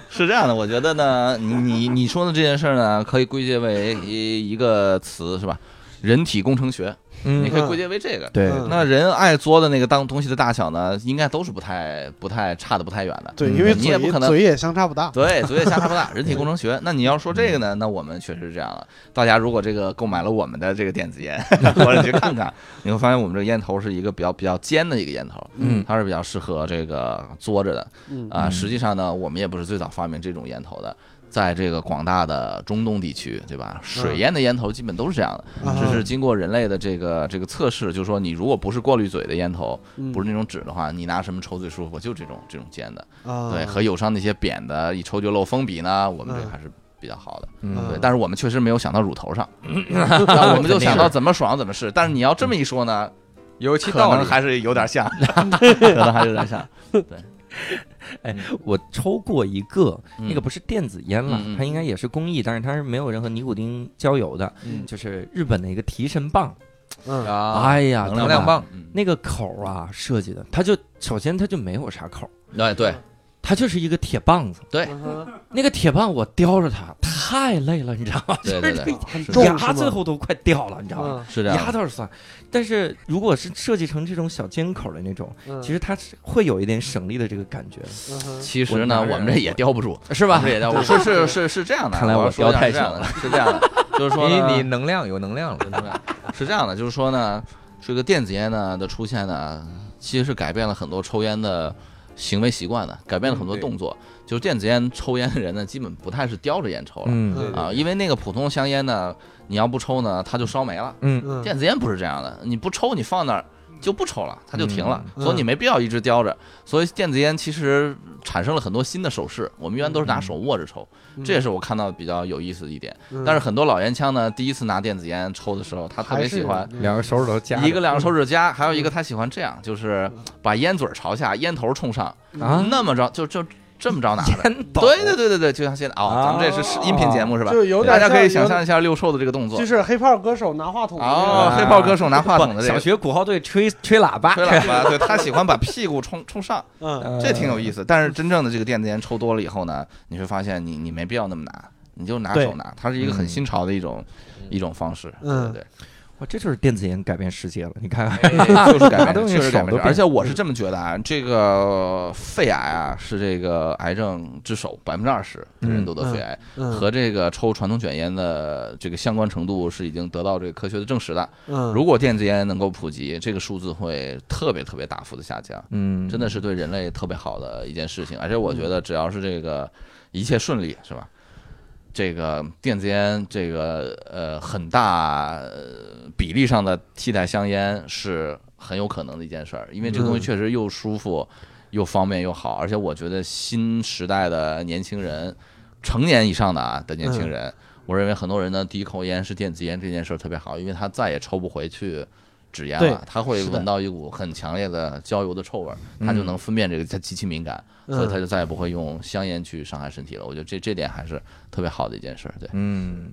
是这样的，我觉得呢，你你你说的这件事儿呢，可以归结为一一个词是吧？人体工程学，你
嗯
可以归结为这个。
对
嗯
那人爱作的那个当东西的大小呢，应该都是不太不太差的不太远的。
对，
嗯
因为
你也不
嘴
可能
嘴也相差不
<laughs>
大。
对，所以相差不大。人体工程学，那你要说这个呢，那我们确实是这样了。大家如果这个购买了我们的这个电子烟， <laughs> 或者你去看看，你会发现我们这个烟头是一个比较比较尖的一个烟头，
嗯
它是比较适合这个嘬着的
嗯
啊。
嗯
实际上呢，我们也不是最早发明这种烟头的。在这个广大的中东地区，对吧？
嗯
水烟的烟头基本都是这样的，
啊
只是经过人类的这个这个测试，就是说你如果不是过滤嘴的烟头，
嗯
不是那种纸的话，你拿什么抽最舒服？就这种这种尖的。
啊，
对，和友商那些扁的一抽就漏风比呢，我们这
嗯
个还是比较好的。
嗯
啊
对，但是我们确实没有想到乳头上，那我们就想到怎么爽怎么试。但是你要这么一说呢，
尤其
可
道
能
理
还是有点 <laughs> 像，可能还是有点像。
我抽过一个，<laughs>
嗯
那个不是电子烟了，
嗯嗯
它应该也是工艺，但是它是没有任何尼古丁焦油的，
嗯
就是日本的一个提神棒。
嗯
啊，
哎呀，
能
能量
它把
棒，
嗯，
那个口啊设计的，它就首先它就没有啥口，
对对，
它就是一个铁棒子。
嗯哼
那个铁棒我叼着它太累了，你知道吗？
对
就是
对对
很
是
重是
牙
吗
最后都快掉了，你知道吗？
嗯
是啊这样
牙
的。
倒是算，但是如果是设计成这种小尖口的那种，
嗯，
其实它是会有一点省力的这个感觉，
嗯哼
其实呢，
我拿着
我们这也叼不住，
是
我
吧
们？这也叼不住，是是是是这样的。
看来我
要说
叼太
是这样的，是这样的，就
<laughs>
是说呢
你你能量有能量了，
是这样的，就是说呢，这个电子烟呢的出现呢，其实是改变了很多抽烟的行为习惯的，改变了很多
嗯对
动作。就是电子烟抽烟的人呢，基本不太是叼着烟抽了、
嗯
嗯
啊，因为那个普通香烟呢，你要不抽呢，它就烧没了。
嗯
嗯
电子烟不是这样的，你不抽，你放那儿。就不抽了，它就停了，
嗯
所以你没必要一直叼着。所以电子烟其实产生了很多新的手势，我们一般都是拿手握着抽，这也是我看到比较有意思的一点。
嗯
但是很多老烟枪呢，第一次拿电子烟抽的时候，他特别喜欢，
还是有嗯
个手指头夹
一个两个手指夹，还有一个他喜欢这样，就是把烟嘴儿朝下，烟头冲上，
啊，
那么着就就这么着拿着。
烟斗
嗯对对对对对，就像现在哦，咱们这是音频节目是吧？
啊就有
大
点
家可以
像
想象一下六兽的这个动作
就，是黑炮歌手拿话筒的
哦，
那
黑
个
豹歌手拿话筒
不
的这
小
个
学鼓号队吹吹喇
<laughs>
叭，
吹喇叭，对他喜欢把屁股冲冲上，
嗯
呃
这挺有意思。但是真正的这个电子烟抽多了以后呢，你会发现你你没必要那么拿，你就拿手
对
拿，它是一个很
嗯
新潮的一种一种方式，对
嗯
对
<laughs>
对。
哇，这就是电子烟改变世界了，你看看。
哎就是改
拿
变
东
了，
西
确实改
手
变
都
了。而
变
且
嗯
我是这么觉得啊，这个肺癌啊是这个癌症之首，百分之二十的人都得肺癌，
嗯
和这个抽传统卷烟的这个相关程度是已经得到这个科学的证实的。
嗯
如果电子烟能够普及，这个数字会特别特别大幅的下降，
嗯
真的是对人类特别好的一件事情。而且我觉得只要是这个一切顺利，是吧？这个电子烟，这个呃很大呃比例上的替代香烟是很有可能的一件事儿，因为这个东西
嗯
确实又舒服、又方便又好，而且我觉得新时代的年轻人，成年以上的啊的年轻人，我认为很多人呢第一口烟是电子烟这件事儿特别好，因为他再也抽不回去。纸烟
对
了，他会
是的
闻到一股很强烈的焦油的臭味儿，他就能分辨这个，他极其敏感，所以他
嗯
就再也不会用香烟去伤害身体了。我觉得这这点还是特别好的一件事儿，对。
嗯，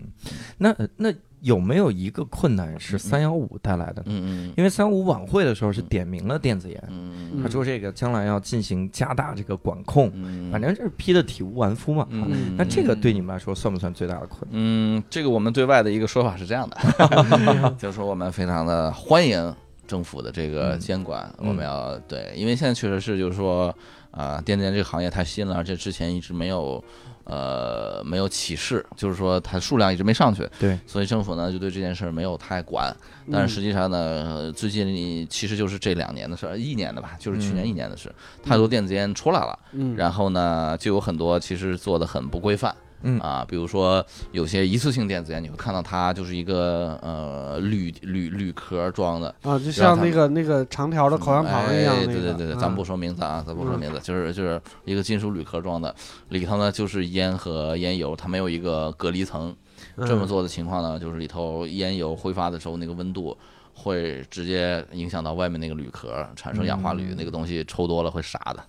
那那有没有一个困难是三幺五带来的呢？
嗯
因为三五晚会的时候是点名了电子烟，
嗯
他说这个将来要进行加大这个管控，
嗯
反正这是批的体无完肤嘛。啊
嗯，
那这个对你们来说算不算最大的困难？
<laughs> 嗯，这个我们对外的一个说法是这样的，就是说我们非常的欢迎政府的这个
嗯
监管，
嗯
我们要对，因为现在确实是就是说，啊、电子烟这个行业太新了，而且之前一直没有。呃，没有启示，就是说它数量一直没上去，
对，嗯
所以政府呢就对这件事儿没有太管，
嗯
但是实际上呢，呃最近你其实就是这两年的事儿，一年的吧，就是去
嗯
年一年的事，太多电子烟出来了，
嗯，
然后呢，就有很多其实做的很不规范。
嗯
啊，比如说有些一次性电子烟，你会看到它就是一个呃铝铝铝壳装的，
啊，就像
他们
那个那个长条的口香糖一样
哎，
那
对
个嗯
对对对，咱不说名字啊，咱不说名字，就是就是一个金属铝壳装的，里头呢就是烟和烟油，它没有一个隔离层。
嗯
这么，做的情况呢，就是里头烟油挥发的时候，那个温度会直接影响到外面那个铝壳，产生氧化铝，那个东西抽多了会傻的。
嗯
啊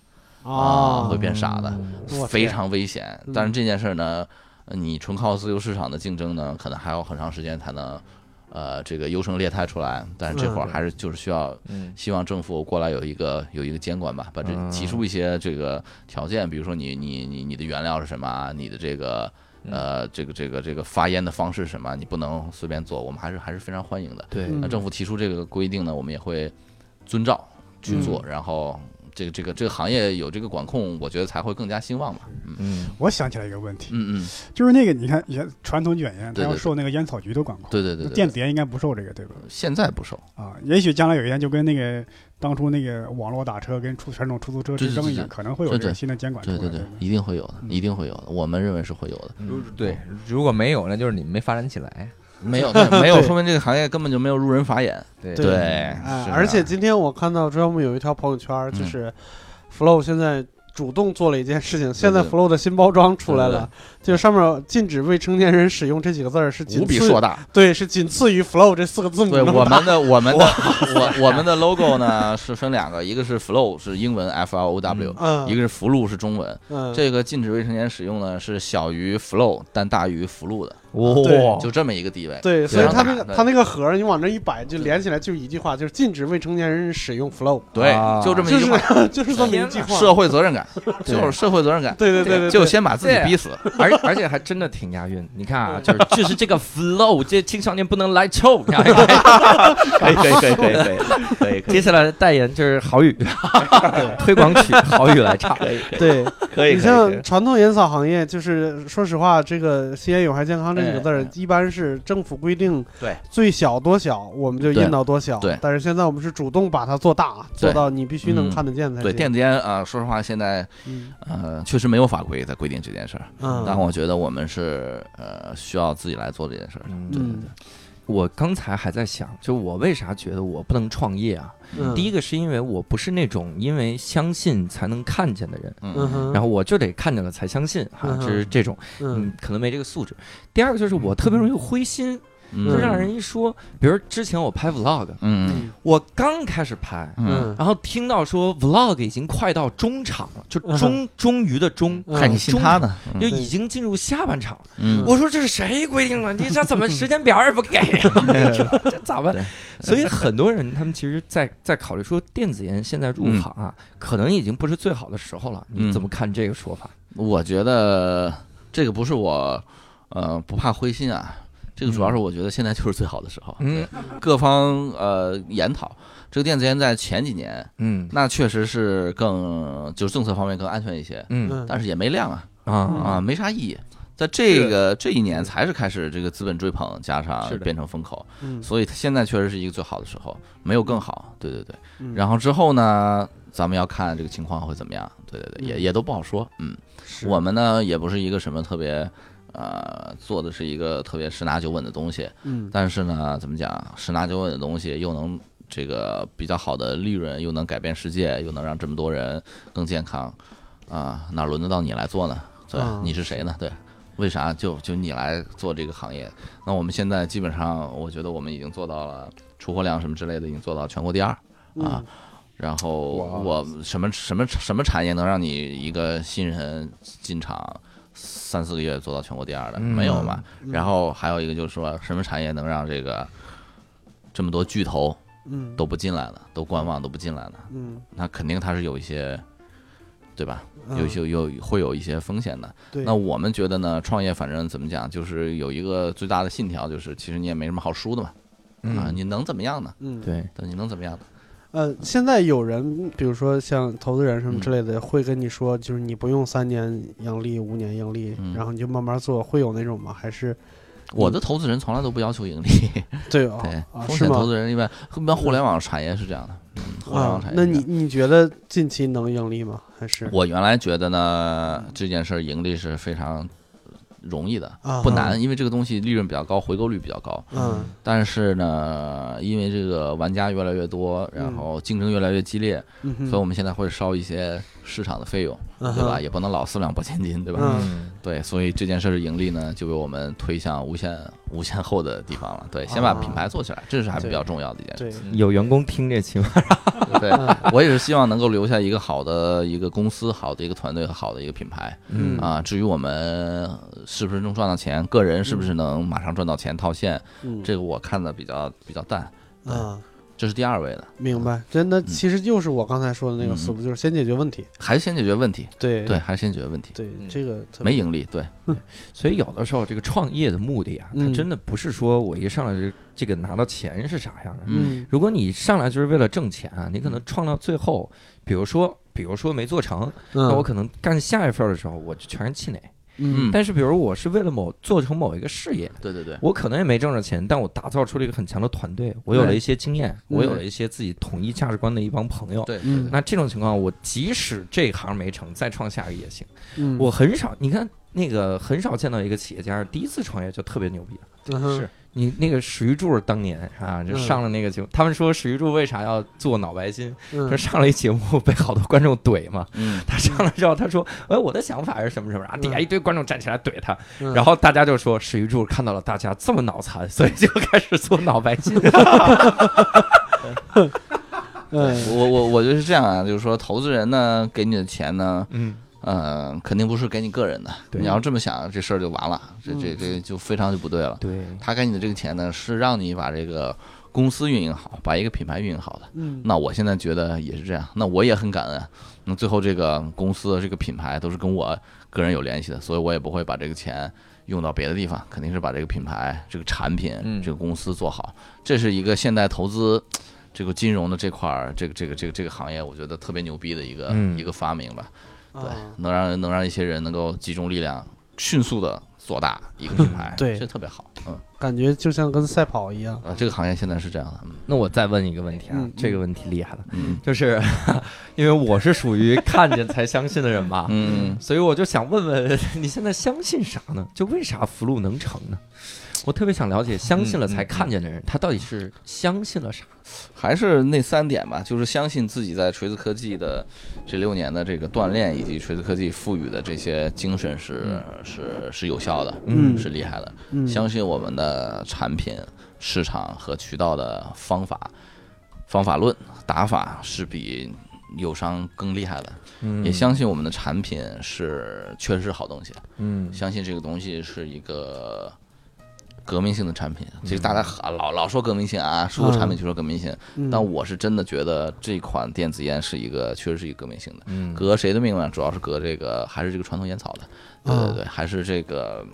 哦，
会变傻的
我天
非常危险
嗯。
但是这件事儿呢，呃你纯靠自由市场的竞争呢，可能还要很长时间才能，呃，这个优胜劣汰出来。但是这会儿
嗯
还是就是需要，
嗯
希望政府过来有一个有一个监管吧，把这
嗯
提出一些这个条件，比如说你你你你的原料是什么啊，你的这个。呃，这个这个这个发烟的方式是什么，啊你不能随便做，我们还是还是非常欢迎的。
对
嗯
那政府提出这个规定呢，我们也会遵照去做，
嗯
然后这个这个这个行业有这个管控，我觉得才会更加兴旺嘛。
嗯
我想起来一个问题，
嗯嗯，
就是那个你看，以前传统卷烟，它
对对
要
对
受那个烟草局的管控，
对对对嗯对，
电子烟应该不受这个，对吧？
现在不收，
啊，也许将来有一天就跟那个当初那个网络打车跟出传统出租车之争一样，
对对对对
可能会有这
对
个
对
新的监管出
对
来。
对对
吧，
一定会有的，
嗯
一定会有的，我们认为是会有
<laughs>
的。
嗯
如对，如果没有，那就是你们没发展起来。
没有对没有，
对
说明这个行业根本就没有入人法眼。
对
对哎
是，的
而且今天我看到周耀木有一条朋友圈儿，就
嗯
是 Flow 现在主动做了一件事情，现在
对
Flow 的新包装 <laughs> 出来
对
了，就是上面禁止未成年人使用这几个字儿是
无
仅
比
次
硕大，
对，是仅次于 Flow 这四个字母
对
那
我
么大。
们的我们的我我们的 logo 呢是分两个，一个是 flow 是英文 F L O W，
嗯，
一个是福禄是中文。
嗯，
这个禁止未成年使用呢是小于 flow 但大于福禄的，
对
啊就这么一个地位。
对，所以
非常
它那
大
个它那个盒儿，你往这一摆，就连起来就一句话，就是禁止未成年人使用 Flow，
对
啊，
就这么
就
一
是
句话，
<laughs> 就是这么一
<laughs>
句话。
社会责任感，就是 <laughs> 社会责任感。
对对对对，
就
对
先把自己逼死。
而而且还真的挺押韵。你看啊，就是就是这个 flow，这青少年不能来臭。你看
<laughs> <laughs> 可以可以可以可以可以 <laughs> 可以
接下来的代言就是郝
<laughs>
宇，推广曲郝宇来唱。
<laughs> 对，
可
你像传统烟草行业，就是说实话，这个“吸烟有害健康”这几个字儿
哎，
一般是政府规定，
对，
最小多小，我们就
对
印到多小。
对
但是现在我们是主动把它做大，做到你必须能看得见才行。
对电子烟啊，说实话，现在
嗯，
呃确实没有法规在规定这件事儿，但
嗯，
我觉得我们是呃需要自己来做这件事儿的。
嗯，
我刚才还在想，就我为啥觉得我不能创业啊？
嗯，
第一个是因为我不是那种因为相信才能看见的人，
嗯
嗯
哼，
然后我就得看见了才相信哈，
嗯哼
就是这种，
嗯
嗯，可能没这个素质。第二个就是我特别容易灰心，
嗯，
就让人一说，比如之前我拍 vlog，
嗯
我刚开始拍，
嗯
然后听到说 vlog 已经快到中场了，就中终于的终，
嗯，
嗯
看你信他呢。
就已经进入下半场了。
嗯，
我说这是谁规定的？你这怎么时间表也不给呀？这这咋办
对？
所以很多人他们其实在，在考虑说电子烟现在入行啊，可能已经不是最好的时候了。
嗯
你怎么看这个说法？
我觉得这个不是我呃不怕灰心啊，这个主要是我觉得现在就是最好的时候。
嗯
各方呃研讨这个电子烟在前几年。
嗯
那确实是更就是政策方面更安全一些，
嗯
嗯
但是也没量啊
啊
啊，没啥意义。在这个这一年才是开始这个资本追捧，加上
是的
变成风口，
嗯
所以它现在确实是一个最好的时候，没有更好。对对对，
嗯
然后之后呢，咱们要看这个情况会怎么样。对对对，也
嗯
也都不好说。嗯，我们呢也不是一个什么特别。呃，做的是一个特别十拿九稳的东西，
嗯
但是呢，怎么讲，十拿九稳的东西又能这个比较好的利润，又能改变世界，又能让这么多人更健康，啊、哪轮得到你来做呢？对，
嗯
你是谁呢？对，为啥就就你来做这个行业？那我们现在基本上，我觉得我们已经做到了出货量什么之类的，已经做到全国第二。啊，然后我什么什么什么产业能让你一个新人进场三四个月做到全国第二的？
嗯
没有嘛。
嗯
然后还有一个就是说，什么产业能让这个这么多巨头
嗯
都不进来了，都观望都不进来了？
嗯
那肯定它是有一些，对吧？
嗯
有有有会有一些风险的。
对
那我们觉得呢，创业反正怎么讲，就是有一个最大的信条，就是其实你也没什么好输的嘛。
嗯
啊，你能怎么样呢？
嗯，
对，
对，你能怎么样呢？
呃，现在有人，比如说像投资人
嗯
什么之类的，会跟你说，就是你不用三年盈利、五年盈利，
嗯
然后你就慢慢做，会有那种吗？还是
我的投资人从来都不要求盈利，
对啊
<laughs> 对，
啊，
风
是
险投
吗？
资人一般，一般互联网产业是这样的，嗯，互联网
啊
产，业
那
是这样的。
你你觉得近期能盈利吗？还是
我原来觉得呢，这件事儿盈利是非常容易的
啊，
不难，因为这个东西利润比较高，回购率比较高。
嗯
但是呢，因为这个玩家越来越多，然后竞争越来越激烈，
嗯哼，
所以我们现在会烧一些市场的费用，
嗯
对吧？
哼？
也不能老四两拨千斤，对吧？
嗯
嗯，
对，所以这件事儿的盈利呢，就被我们推向无限无限后的地方了。对，先把
啊
品牌做起来，这是还比较重要的一件事。
对，
嗯
有员工听这期吗？
对，
嗯
我也是希望能够留下一个好的一个公司、好的一个团队和好的一个品牌。
嗯
啊，至于我们是不是能赚到钱，个人是不是能马上赚到钱套现，
嗯
这个我看的比较比较淡，
啊，
这是第二位的，
明白。真
嗯
的，其实就是我刚才说的那个思路，就是先解决问题。
还是先解决问题。
对
嗯对，还是先解决问题。
对，
嗯
这个哎特别
没盈利，对，
<laughs> 所以有的时候这个创业的目的啊，它
嗯
真的不是说我一上来就这个拿到钱是啥样的。
嗯
如果你上来就是为了挣钱啊，你可能创到最后，比如说比如说没做成，那我
嗯
可能干下一份的时候我就全是气馁。
嗯哦
但是比如我是为了某做成某一个事业。
对对对，
我可能也没挣着钱，但我打造出了一个很强的团队，我有了一些经验，我有了一些自己统一价值观的一帮朋友。
对
嗯
那这种情况，我即使这行没成，再创下一个也行。
嗯，
我很少，你看那个很少见到一个企业家第一次创业就特别牛逼。
嗯哼
是
你那个史玉柱当年啊，就
嗯
上了那个节目，他们说史玉柱为啥要做脑白金？
嗯
说上了一节目被好多观众怼嘛。
嗯，
他上来之后，他说：“哎，我的想法是什么什么？”然后底下
嗯
一堆观众站起来怼他，
嗯
然后大家就说史玉柱看到了大家这么脑残，所以就开始做脑白金。
嗯
我我我觉得是这样啊，就是说投资人呢给你的钱呢，
嗯，
嗯，肯定不是给你个人的，
对
你要这么想，这事儿就完了，这这
嗯
这就非常就不对了。
对，
他给你的这个钱呢，是让你把这个公司运营好，把一个品牌运营好的。
嗯
那我现在觉得也是这样，那我也很感恩。那最后这个公司这个品牌都是跟我个人有联系的，所以我也不会把这个钱用到别的地方，肯定是把这个品牌、这个产品、
嗯
这个公司做好。这是一个现代投资。这个金融的这块儿，这个这个这个这个行业，我觉得特别牛逼的一个、
嗯
一个发明吧，对
啊，
能让能让一些人能够集中力量，迅速的做大一个品牌，
对
这特别好，嗯，
感觉就像跟赛跑一样。
啊，这个行业现在是这样的，嗯
那我再问一个问题啊
嗯，
这个问题厉害了，
嗯
就是因为我是属于看见才相信的人嘛，
嗯，
所以我就想问问你现在相信啥呢？就为啥福禄能成呢？我特别想了解，相信了才看见的人，他到底是相信了啥？
还是那三点吧，就是相信自己在锤子科技的这六年的这个锻炼，以及锤子科技赋予的这些精神是、是是有效的，
嗯
是厉害的。
嗯，
相信我们的产品、市场和渠道的方法、方法论、打法是比友商更厉害的，
嗯
也相信我们的产品是确实是好东西。
嗯
相信这个东西是一个革命性的产品。其实大家啊老老说革命性啊，说产品就说革命性，
嗯
但我是真的觉得这款电子烟是一个确实是一个革命性的。
嗯
革谁的命呢？主要是革这个还是这个传统烟草的，对
哦
对对，还是这个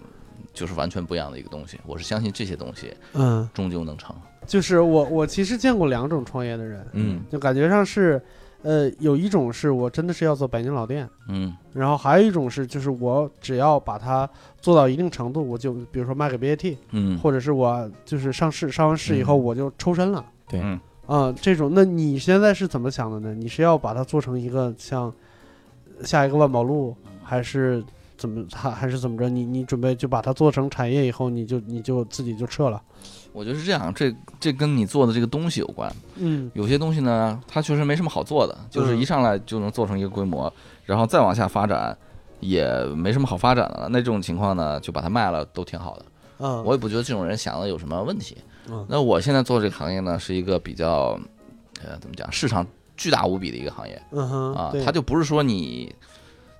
就是完全不一样的一个东西。我是相信这些东西
嗯，
终究能成。
就是我我其实见过两种创业的人，
嗯
就感觉上是，呃，有一种是我真的是要做百年老店，
嗯
然后还有一种是就是我只要把它做到一定程度，我就比如说卖给 BAT，
嗯，
或者是我就是上市上完市以后我就抽身了。
对
嗯
啊、这种，那你现在是怎么想的呢？你是要把它做成一个像下一个万宝路，还是怎么还还是怎么着？你你准备就把它做成产业以后，你就你就自己就撤了？
我觉得是这样，这这跟你做的这个东西有关。
嗯
有些东西呢，它确实没什么好做的，
嗯
就是一上来就能做成一个规模，然后再往下发展也没什么好发展的了。那这种情况呢，就把它卖了都挺好的。
啊，
我也不觉得这种人想的有什么问题
嗯。
那我现在做这个行业呢，是一个比较，呃，怎么讲，市场巨大无比的一个行业
嗯哼
啊
对，
它就不是说你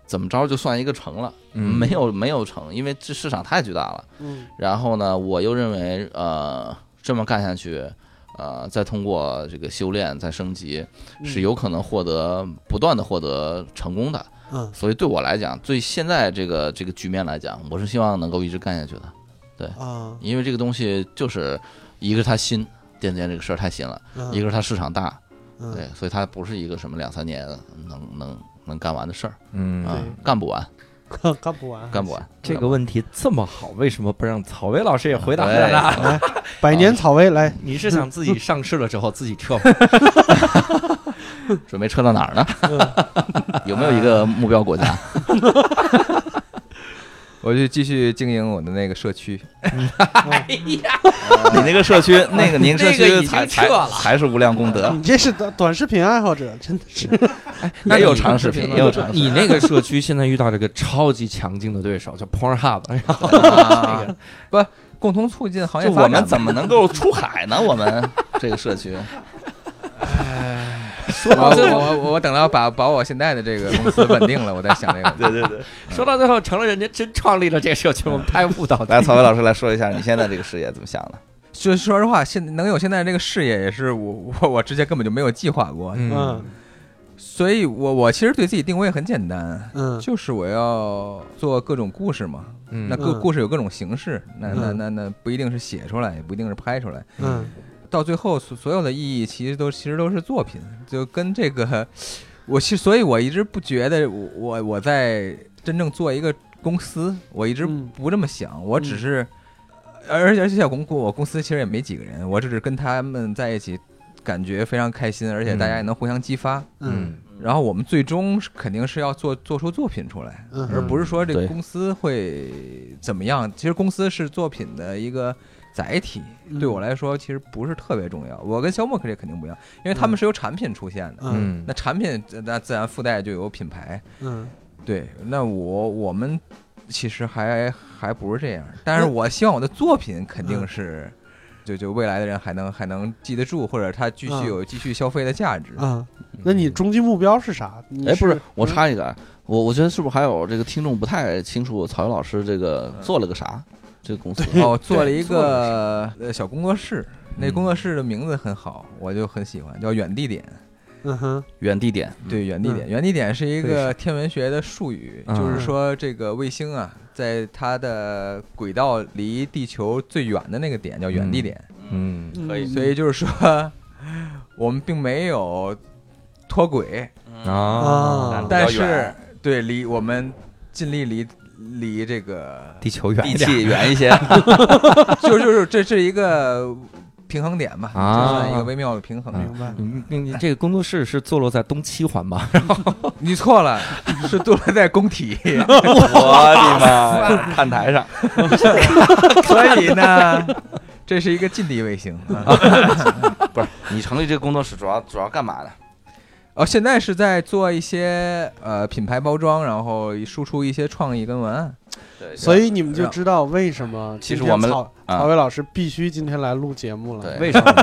怎么着就算一个成了，
嗯
没有没有成，因为这市场太巨大了。
嗯
然后呢，我又认为，呃，这么干下去，呃，再通过这个修炼、再升级，
嗯
是有可能获得不断的获得成功的。
嗯
所以对我来讲，对现在这个这个局面来讲，我是希望能够一直干下去的，
啊
因为这个东西就是一个是它新，电子烟这个事儿太新了，
嗯
一个是它市场大，
嗯 <laughs>
对，所以它不是一个什么两三年能能能干完的事儿
嗯
啊
对，
干不完，
干干不完，
干不完。
这个问题这么好，为什么不让曹薇老师也回答回
对
答？
百年草薇来，
<laughs> 你是想自己上市了之后自己撤吗？
准备撤到哪儿呢？
嗯
<laughs> 有没有一个目标国家？
我就继续经营我的那个社区，
<laughs> 你那个社区，那
<laughs>
个您社
嗯那个已经
区才
撤
才
了嗯
才是无量功德，
你这是短短视频爱好者，真的是
<laughs> 也有
<laughs>
长视
视频
频，
了
也有长视频。
你那个社区现在遇到这个超级强劲的对手，叫
<laughs>
Pornhub，然后
啊不共同促进行业
就
发展。
我们怎么能够出海呢？我们这个社区，
我我我我等到把把我现在的这个公司稳定了，我再想这个
<laughs>
问题。
对对。
说到最后成了人家真创立了这个社区，我们太误导
来， <laughs>
他。
曹伟老师来说一下你现在这个事业怎么想的？
就说实话，现能有现在这个事业，也是我我我之前根本就没有计划过，
嗯
所以我我其实对自己定位很简单，
嗯
就是我要做各种故事嘛。
嗯
那各
嗯
故事有各种形式，那那
嗯
那那不一定是写出来，也不一定是拍出来。
嗯
到最后所所有的意义其实都其实都是作品，就跟这个 <laughs> 我其实所以我一直不觉得我我我在真正做一个公司，我一直
嗯
不这么想，我只是而而且小公我公司其实也没几个人，我只是跟他们在一起感觉非常开心，而且大家也能互相激发。
嗯
然后我们最终是肯定是要做做出作品出来，
嗯
而不是说这个
对
公司会怎么样。其实公司是作品的一个载体，
嗯
对我来说其实不是特别重要。我跟肖默这肯定不一样，因为他们是由产品出现的，
嗯
那产品呃那自然附带就有品牌。
嗯
对，那我我们其实还还不是这样，但是我希望我的作品肯
嗯
定是。就就未来的人还能还能记得住，或者他继续
嗯
有继续消费的价值。
啊，那你终极目标是啥？你
哎，不是，我
嗯
插一个啊，我我觉得是不是还有这个听众不太清楚曹伟老师这个做了个啥？这个公司嗯
哦，做了一
做了
个呃小工作室，那
嗯
工作室的名字很好，我就很喜欢，叫远地点。
嗯哼
远地点，
对，远地点，远地点是一
嗯对
个天文学的术语，
嗯
就是说这个卫星啊，在它的轨道离地球最远的那个点叫远地点，
嗯
嗯
可以
所以就是说我们并没有脱轨，
嗯
啊
但
比较
是
远
对离我们尽力离离这个
地球远
地
一 <laughs> 点，
气远一些。
就就是这是一个平衡点吧，
啊
就算一个微妙的平衡。
明白，
你你你这个工作室是坐落在东七环吧？
你错了，是坐落在工体，
我的 <laughs> 妈！看台上，
所以呢， <laughs> 这是一个近地卫星。啊
不是你成立这个工作室主要主要干嘛的？
哦，现在是在做一些呃品牌包装，然后输出一些创意跟文案。
对，
所
以
以你们
啊
就知道为什么
其实
今天
我们
曹
啊
曹薇老师必须今天来录节目了，
对
为什么？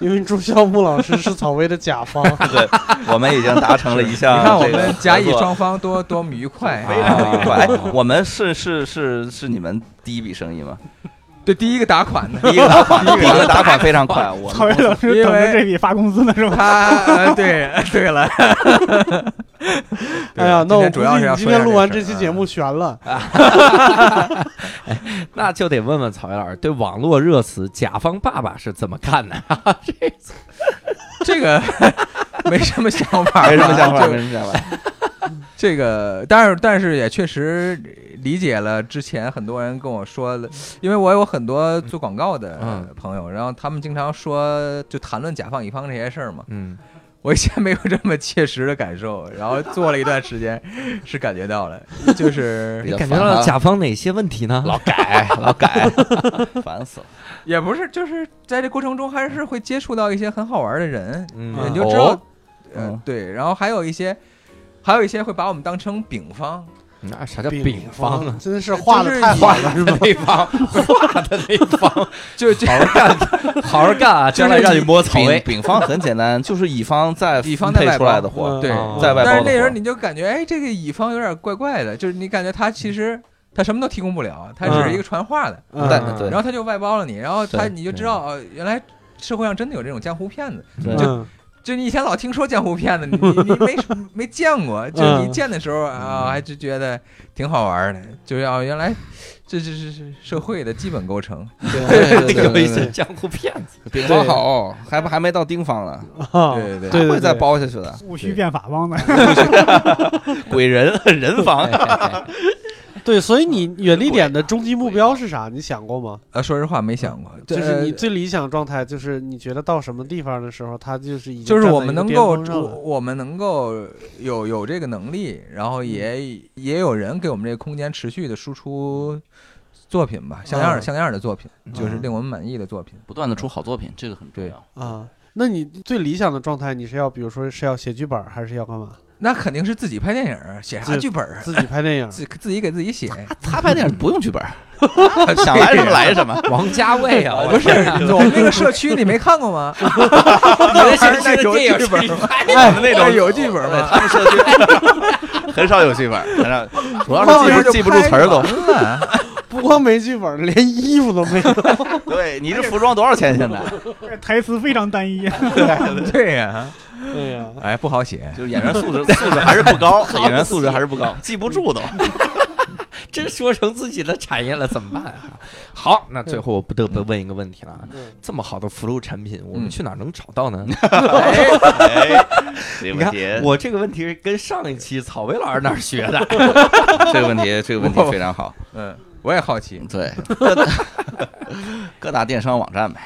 因为朱孝木老师是曹薇的甲方，
对，我们已经达成了一项
你看我
这个
们甲乙
合作
双方多多么愉快
啊非
啊！
常愉快。哎，我们是是是是你们第一笔生意吗？
<laughs> 对，第一个打款
<laughs>
的，
第一个打款，第一个打款非常快。我
曹伟
们
老师等着这笔发工资呢，是吧？
他呃对对 <laughs> 了。
哎呀，那
今
我
天主要
估
是
计
要说
你今天
一下
录完这
这
期
事儿啊
节目悬了，
那就得问问曹薇老师，对网络热词“甲方爸爸”是怎么看的？
这个 <laughs> 没什么想法儿，啊
没什么想法，
就
没什么想法。
这个，但是但是也确实理解了之前很多人跟我说的，因为我有很多做广告的
嗯
朋友，然后他们经常说就谈论甲方乙方这些事儿嘛，
嗯，
我以前没有这么切实的感
<laughs>
受，然后做了一段时间是感觉到了，就
比
是
你
较
感觉到了甲方哪些问题呢？
老改，老改，烦死了。
也不是就是在这过程中还是会接触到一些很好玩的人，
嗯
你就知道，
哦
呃
嗯，
对，然后还有一些。还有一些会把我们当成丙方，
那啥叫
丙
丙方啊？
真的是画
就
的
是
太
你
好了，是吧？
那方画的那方，
就
哦
就
好好干，好好干啊！将来让你摸曹
丙
薇，
丙方很简单，就是乙方在
<laughs> 乙方在
配
外
出
包
来的活
嗯
儿，
对
哦
在外包
但是
的
那时候
活儿
你就感觉，哎，这个乙方有点怪怪的，就是你感觉他其
嗯
实他什么都提供不了，啊他只是一个传话的，
嗯
对
嗯
对
然后他就外包了你，然后他
对嗯
你就知道，哦，原来社会上真的有这种江湖骗子，
对
嗯
就你以前老听说江湖骗子，你你你没 <laughs> 没见过，
嗯
就你见的时候啊，还就觉得挺好玩的，就是啊，原来这这是是社会的基本构成，
对
定有一些
对
江湖骗子，
比
对
方好，还不还没到丁方了，
啊，
对对
对
还
对
会再包下去
<laughs>
的。
戊戌变法 <laughs> 帮的，
鬼人 <laughs> 人
哎
防，
对，所以你远离
啊
点的终极目标是啥？你想过吗？
呃，说实话没想过，
就是
呃
你最理想状态，就是你觉得到什么地方的时候，他就是已经
就是
站
我
在
们
一个
能
巅
够，
峰上
我
了
我们能够有有这个能力，然后也也有人给我们这个空间持续的输出作品吧，像样儿
嗯
像样儿的作品，就是
嗯
令我们满意的作品。
不断的出好作品，这个很重要。
啊。那你最理想的状态，你是要比如说是要写剧本儿，还是要干嘛？
那肯定是自己拍电影儿，写啥
自
剧本儿啊，
自己拍电影儿？
自自己给自己写。
他拍电影不用剧本， <laughs>
想来什么来什么。王家卫啊，
不是，我们那个社区你没看过吗？
你的
还是那
写
有
电影
剧本
是
吗
拍的那种
有剧本
对
吗？
他们社区很少有剧本，很少，主要
忘了
是
就
记不记不住词儿都
拍。完了
<laughs>
<laughs>
不光没剧本儿，连衣服都没有。
对你这服装多少钱现在？
台词非常单一。
对呀，
<laughs> 对呀、
哎，不好写。
就是演员素质素质还是不
<laughs>
高，演员素质还是不高，记不住都。真说成自己的产业了，怎么办啊？好，那最后我不得不问一个问题了啊
嗯，
这么好的服务产品，我们
嗯
去哪儿能找到呢？
哎，这
你
问
看
题，，
我这个问题是跟上一期草薇老师那儿学的，
这个问题，这个问题非常好。
嗯，我也好奇。
对，各大 <laughs> 各大电商网站呗，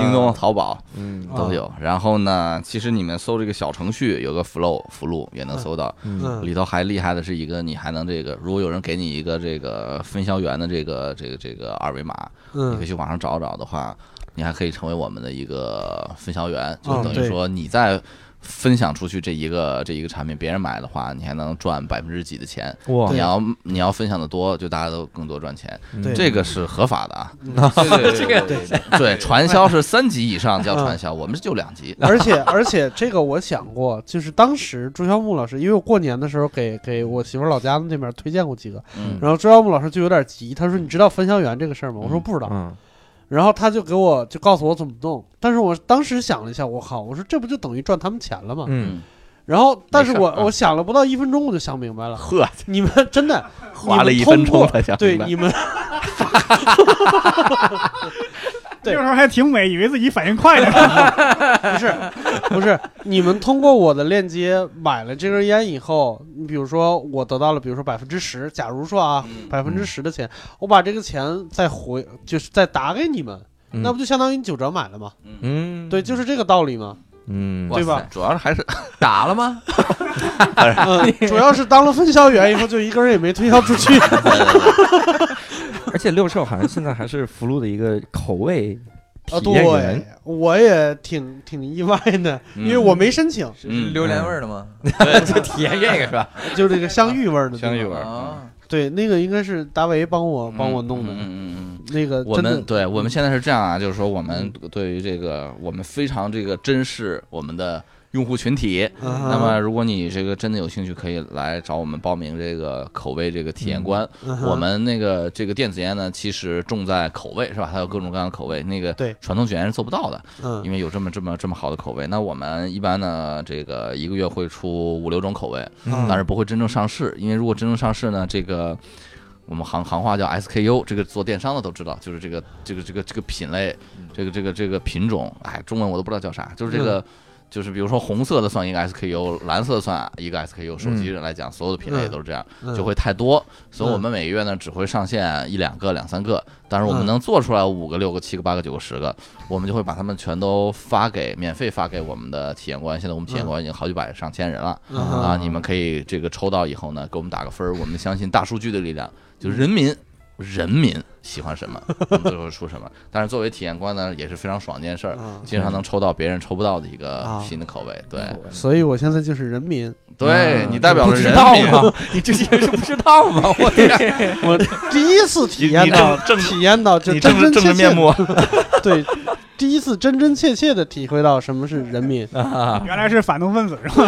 京东、淘宝 <laughs>
嗯，
啊
都有。然后呢，其实你们搜这个小程序有个 Flow 福禄也能搜到，
嗯
<laughs> 嗯
里头还厉害的是一个，你还能这个，如果有人给你一个这个分销员的这个这个这个二维码，你可以
嗯
去网上找找的话，你还可以成为我们的一个分销员，就
嗯
等于
对
说你在。分享出去这一个这一个产品，别人买的话，你还能赚百分之几的钱。
哇
你要你要分享的多，就大家都更多赚钱，
对
这个是合法的啊。
嗯，
<laughs> 这个
对。嗯
对，传销是三级以上叫传销，我们就两级。
而且而且这个我想过，就是当时朱孝木老师，因为我过年的时候给给我媳妇儿老家那边推荐过几个，
嗯
然后朱孝木老师就有点急，他说你知道分销员这个事儿吗？我说不知道，
嗯，
然后他就给我就告诉我怎么弄，但是我当时想了一下，我靠，我说这不就等于赚他们钱了吗？
嗯，
然后但是
没事
我、
嗯
我想了不到一分钟，我就想明白了，
呵，
你们真的
<laughs> 花了一分钟才想
对
明白
你们 <laughs>
<laughs>
对
那时候还挺美，以为自己反应快
<laughs>
呢。
不是不是，你们通过我的链接买了这根烟以后，你比如说我得到了，比如说百分之十，假如说
嗯
啊百分之十的钱，我把这个钱再回，就是再打给你们，
嗯
那不就相当于你九折买了吗？
嗯，
对，就是这个道
<laughs>
理嘛。
嗯，
对吧
哇塞主要是
<laughs>
还是
打了吗？
嗯，主要是当了分销员以后，就一根儿也没推销出
<laughs>
去。
而且六兽好像现在还是福禄的一个口味
啊，
体验
对
员，，
我也挺挺意外的，因为我没申请，
是
嗯
榴莲味儿的吗？
就体验这个是吧？
就是这个香芋味儿的。
香芋味儿
啊，
对，那个应该是达维帮我帮我弄的
嗯，嗯嗯嗯。
那个
我
真的嗯
们对我们现在是这样啊，就是说我们对于这个，我们非常这个珍视我们的用户群体。
嗯哼
那么，如果你这个真的有兴趣，可以来找我们报名这个口味这个体验官。
嗯哼
我们那个这个电子烟呢，其实重在口味是吧？它有各种各样的口味，那个
对
传统卷烟是做不到的。
嗯
因为有这么这么这么好的口味，那我们一般呢，这个一个月会出五六种口味，
嗯
但是不会真正上市，因为如果真正上市呢，这个我们行行话叫 SKU，这个做电商的都知道，就是这个这个这个这个品类，这个这个这个品种，哎，中文我都不知道叫啥，就是这个。就是比如说红色的算一个 SKU，蓝色算一个 SKU。手机来讲，所有的品类都是这样，
嗯
就会太多。所以我们每个月呢只会上线一两个、两三个，但是我们
嗯
能做出来五个、六个、七个、八个、九个、十个，我们就会把它们全都发给免费发给我们的体验官。现在我们体验官已经好几百上千人了
嗯
啊！你们可以这个抽到以后呢，给我们打个分儿。我们相信大数据的力量，就人民。人民喜欢什么，
<laughs>
我们最后出什么。但是作为体验官呢，也是非常爽的一件事儿，
嗯
经常能抽到别人抽不到的一个
啊
新的口味。嗯对，
<laughs>
所以我现在就是人民，
对
嗯
你代表
不
了
知
人
道
民，
吗？你这些人是不知道
<laughs>
吗？我天，
我第一次体验到
你正正
体验到就
你
真
正
真
正
切
着面
切
目，
对，第一次真真切切的体会到什么是
<laughs>
人民
原来是反动分子是吧？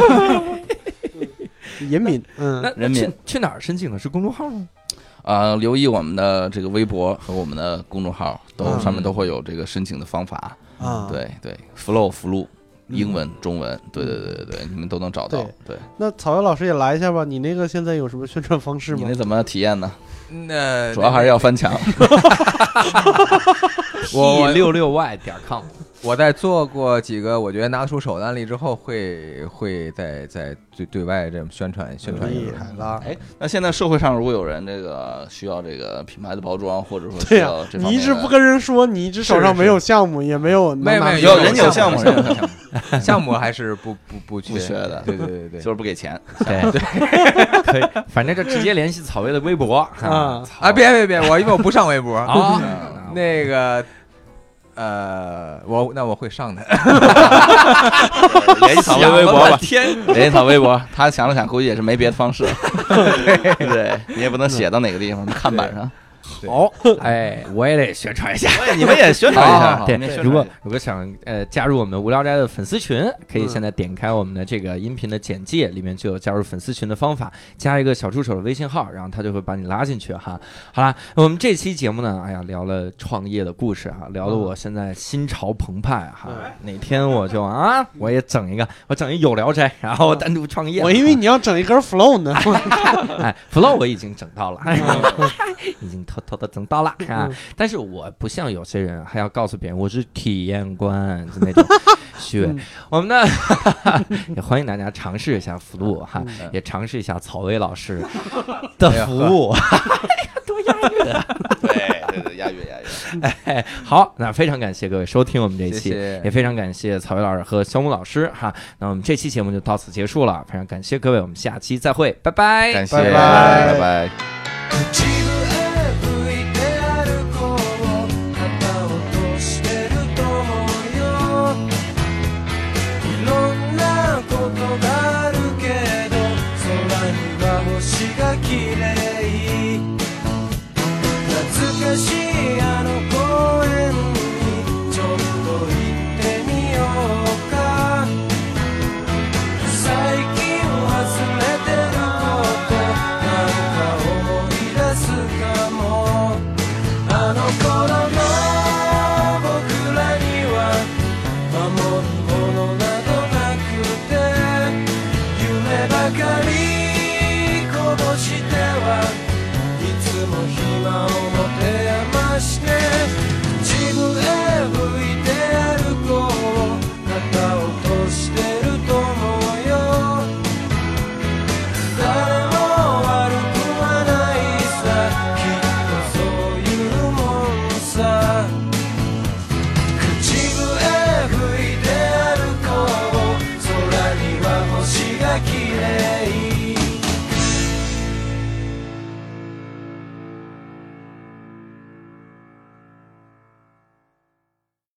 人民，嗯
那
人民
去去哪儿申请的？是公众号吗？
啊，留意我们的这个微博和我们的公众号，都
嗯
上面都会有这个申请的方法。
啊，
对对，flow 福禄，英文、中文，对对对对对，你们都能找到。嗯对，
那草原老师也来一下吧，你那个现在有什么宣传方式
你
吗
那？怎么体验呢？
<laughs> 那
<laughs> 主要还是要翻墙。
我
P 六六 Y 点 com，
我在做过几个我觉得拿出手的案例之后，会会再再对对外这么宣传宣传一
厉
下。
害了，
哎， <laughs> 那现在社会上如果有人这个需要这个品牌的包装，或者说需
对呀
要这方面的，
你一直不跟人说，你一直手上没有项目，也没有能
没有
拿
没
有
有
人有项目
人有项目，
<laughs>
项目还是不不不缺
不缺的
对对对对
就。是不给钱，
对对， <laughs> 可以，反正就直接联系草薇的微博
啊
草
啊，别别别，我因为我不上微博
啊，
<laughs> 那个，呃，我那我会上的。
<laughs> 联系草莓
想
微
了
博
半
<laughs> 吧，
天
联系草莓微博。他想了想，估计也是没别的方 <laughs> 式了。对你也不能写到哪个地方，看板上。
好，哎，我也得宣传一
<laughs>
下。
对，哎你们也宣传一
好好
下。啊
好
你
对
们也，宣
如
传
果
一下
如果想呃加入我们无聊斋的粉丝群，可以
嗯
现在点开我们的这个音频的简介，里面就有加入粉丝群的方法，加一个小助手的微信号，然后他就会把你拉进去哈。好啦，我们这期节目呢，哎呀，聊了创业的故事哈，聊得我现在心潮澎湃哈
嗯，
哪天我就啊，我也整一个，我整一有聊斋，然后单独创业。
<laughs>
我因为你要整一根 flow 呢，
哎，flow 我已经整到了， <laughs> 已经偷偷的整到了啊！但是我不像有些人还要告诉别人我是体验官就那种虚伪
嗯。
我们呢 <laughs> 也欢迎大家尝试一下 flow 哈，也尝试一下草薇老师的服务。
<laughs> 对对对，押韵押韵。
哎，好，那非常感谢各位收听我们这一
谢
期，
谢
也非常感谢草薇老师和肖木老师哈。那我们这期节目就到此结束了，非常感谢各位，我们下期再会，拜拜。
感谢，
拜拜
拜拜。
口へ向いて歩こう旗を落としてると思うよいろんなことがあるけど空には星が綺麗懐かしいあの公園にちょっと行ってみようか最近忘れてることなんか思い出すかもあの頃の僕らには守るものなどなくて夢ばかりこぼしてはいつも暇を持て余して